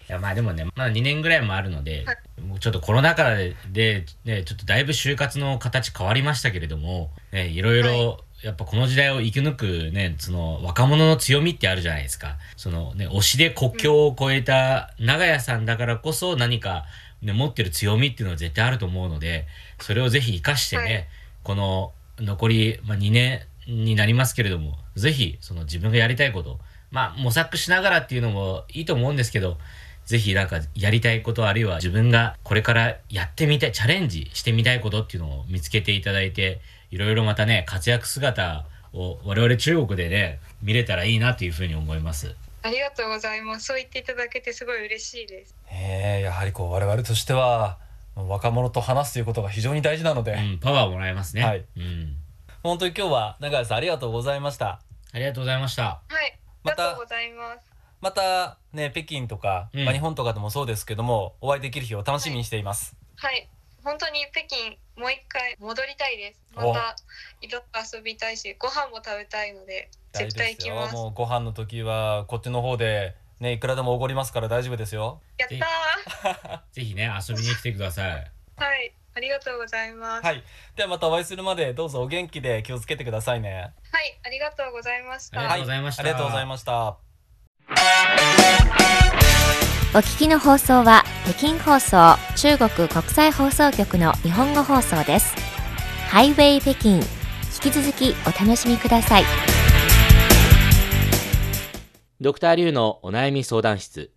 [SPEAKER 1] いやまあでもねまだ2年ぐらいもあるので、もうちょっとコロナ禍でで、ね、ちょっとだいぶ就活の形変わりましたけれども、ね、いろいろやっぱこの時代を生き抜く、ね、その若者の強みってあるじゃないですかその、ね、推しで国境を越えた長屋さんだからこそ何か、ね、持ってる強みっていうのは絶対あると思うのでそれをぜひ生かしてね、
[SPEAKER 6] はい
[SPEAKER 1] この残り、まあ、2年になりますけれどもぜひその自分がやりたいことまあ模索しながらっていうのもいいと思うんですけどぜひなんかやりたいことあるいは自分がこれからやってみたいチャレンジしてみたいことっていうのを見つけていただいていろいろまたね活躍姿を我々中国でね見れたらいいなというふうに思います。
[SPEAKER 6] ありがとうございます。そう言っていただけてすごい嬉しいです。
[SPEAKER 2] えーやはりこう我々としては若者と話すということが非常に大事なので、
[SPEAKER 1] うん、パワーもらえますね、
[SPEAKER 2] はい
[SPEAKER 1] うん。
[SPEAKER 2] 本当に今日は永井さんありがとうございました
[SPEAKER 1] ありがとうございました。
[SPEAKER 6] はい。あ
[SPEAKER 2] ま
[SPEAKER 6] り
[SPEAKER 2] た
[SPEAKER 6] がとうございます。
[SPEAKER 2] またね北京とか、
[SPEAKER 1] うん
[SPEAKER 2] まあ、日本とかでもそうですけどもお会いできる日を楽しみにしています、
[SPEAKER 6] はい。本当に北京もう一回戻りたいです。ま
[SPEAKER 2] お
[SPEAKER 6] たいろいろ遊びたいし、ご飯も食べたいので絶対行きます。
[SPEAKER 2] もうご飯の時はこっちの方でねいくらでもおごりますから大丈夫ですよ
[SPEAKER 6] やったー。
[SPEAKER 1] ぜひね遊びに来てください。
[SPEAKER 6] はい。ありがとうございます。
[SPEAKER 2] はいではまたお会いするまでどうぞお元気で気をつけてくださいね
[SPEAKER 6] はい。ありがとうございまし
[SPEAKER 1] あり
[SPEAKER 6] た
[SPEAKER 1] がと。うございました
[SPEAKER 2] ありがとうございました
[SPEAKER 7] お聞きの放送は北京放送中国国際放送局の日本語放送ですハイウェイ北京引き続きお楽しみください
[SPEAKER 1] ドクターリュウのお悩み相談室。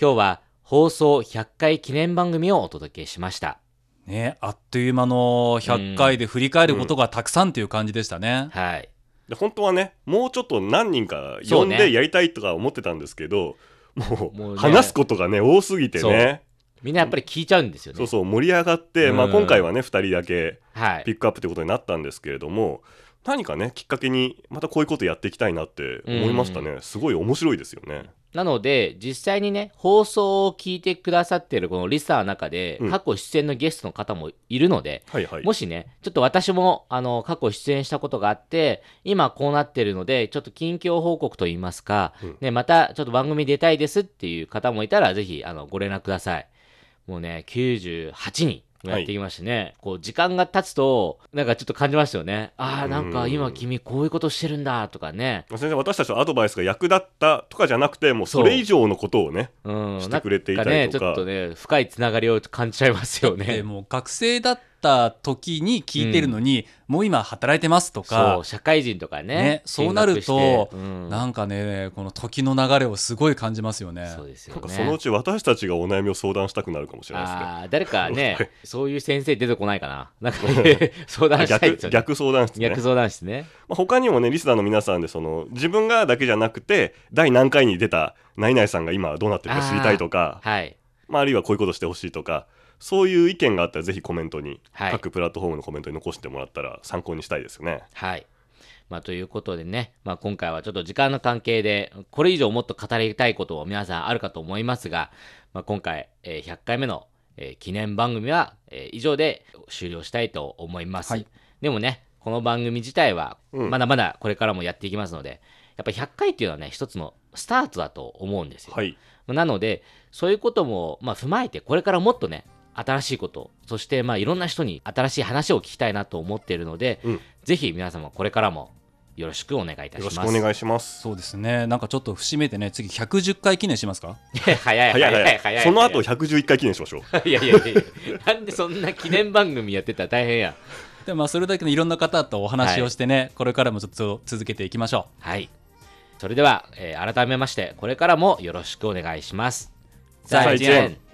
[SPEAKER 1] 今日は放送100回記念番組をお届けしました。
[SPEAKER 2] ね、あっという間の100回で振り返ることがたくさんという感じでしたね。
[SPEAKER 1] はい。
[SPEAKER 3] で本当はねもうちょっと何人か
[SPEAKER 1] そ
[SPEAKER 3] 呼
[SPEAKER 1] うんね
[SPEAKER 3] でやりたいとか思ってたんですけどもう
[SPEAKER 1] もうね
[SPEAKER 3] 話すことがね多すぎてね
[SPEAKER 1] みんなやっぱり聞いちゃうんですよね。
[SPEAKER 3] そうそう盛り上がって、
[SPEAKER 1] うん
[SPEAKER 3] まあ、今回はね2人だけ
[SPEAKER 1] はい
[SPEAKER 3] ピ。ックアップということになったんですけれども何かねきっかけにまたこういうことやっていきたいなって思いましたね、すごい面白いですよね。
[SPEAKER 1] なので、実際にね、放送を聞いてくださってるこのリスターの中で、
[SPEAKER 3] うん
[SPEAKER 1] 過去出演のゲストの方もいるので、
[SPEAKER 3] はいはい
[SPEAKER 1] もしね、ちょっと私も、あの、過去出演したことがあって、今こうなってるので、ちょっと近況報告といいますか、
[SPEAKER 3] うん
[SPEAKER 1] ね、またちょっと番組出たいですっていう方もいたら、ぜひ、あの、ご連絡ください。もうね、98人やってきましてね、こう、時間が経つと、なんかちょっと感じましたよね。ああ、なんか今君こういうことしてるんだ、とかね。
[SPEAKER 3] 先生私たちのアドバイスが役立ったとかじゃなくてもうそれ以上のことをね
[SPEAKER 1] うん、
[SPEAKER 3] してくれていたりとか
[SPEAKER 1] なんね、ちょっとね深いつながりを感じちゃいます よ
[SPEAKER 2] で
[SPEAKER 1] ね。
[SPEAKER 2] もう学生だった時に聞いてるのに、もう今働いてます と
[SPEAKER 1] そ
[SPEAKER 2] か
[SPEAKER 1] う、社会人とかね
[SPEAKER 2] ねそうなると
[SPEAKER 1] 進学してうん
[SPEAKER 2] なんかねこの時の流れをすごい感じますよね
[SPEAKER 1] そうですよ
[SPEAKER 3] なん
[SPEAKER 1] ね
[SPEAKER 3] かそのうち私たちがお悩みを相談したくなるかもしれないですね。
[SPEAKER 1] あー誰か
[SPEAKER 3] は
[SPEAKER 1] ね
[SPEAKER 3] い
[SPEAKER 1] そういう先生出てこないかななんかね相談したいです
[SPEAKER 3] 逆
[SPEAKER 1] よね
[SPEAKER 3] 逆相談室ね
[SPEAKER 1] 逆相談室ね
[SPEAKER 3] まあ、他にもねリスナーの皆さんでその自分がだけじゃなくて第何回に出たナイナイさんが今どうなってるか知りたいとか
[SPEAKER 1] はい
[SPEAKER 3] まあ、あるいはこういうことしてほしいとかそういう意見があったらぜひコメントに、
[SPEAKER 1] はい
[SPEAKER 3] 各プラットフォームのコメントに残してもらったら参考にしたいですよね。
[SPEAKER 1] はいまあということでね、まあ、今回はちょっと時間の関係でこれ以上もっと語りたいことを皆さんあるかと思いますが、まあ、今回、えー100回目の、えー記念番組は、えー以上で終了したいと思います、
[SPEAKER 2] はい
[SPEAKER 1] でもねこの番組自体は
[SPEAKER 3] うん
[SPEAKER 1] まだまだこれからもやっていきますので、やっぱ100回っていうのはね一つのスタートだと思うんですよ、
[SPEAKER 3] はい、
[SPEAKER 1] なので、そういうことも、まあ、踏まえて、これからもっとね、新しいこと、そして、まあ、いろんな人に新しい話を聞きたいなと思っているので、
[SPEAKER 3] うん
[SPEAKER 1] ぜひ皆様、これからもよろしくお願いいたし
[SPEAKER 3] よ
[SPEAKER 1] ま
[SPEAKER 3] ろ
[SPEAKER 1] す。
[SPEAKER 3] しくお願いします。
[SPEAKER 2] そうですねなんかちょっと節目でね次110回記念しますか
[SPEAKER 1] 早い 早い
[SPEAKER 3] 早
[SPEAKER 1] 早
[SPEAKER 3] い早
[SPEAKER 1] い
[SPEAKER 3] い
[SPEAKER 1] 早い。
[SPEAKER 3] その後111回記念しましょう。
[SPEAKER 1] いやいやいやいや、なんでそんな記念番組やってたら大変や。
[SPEAKER 2] でまあそれだけのいろんな方とお話をしてね、これからもちょっと続けていきましょ
[SPEAKER 1] はい。それでは、えー改めまして、これからもよろしくお願いします。
[SPEAKER 2] 再
[SPEAKER 3] 见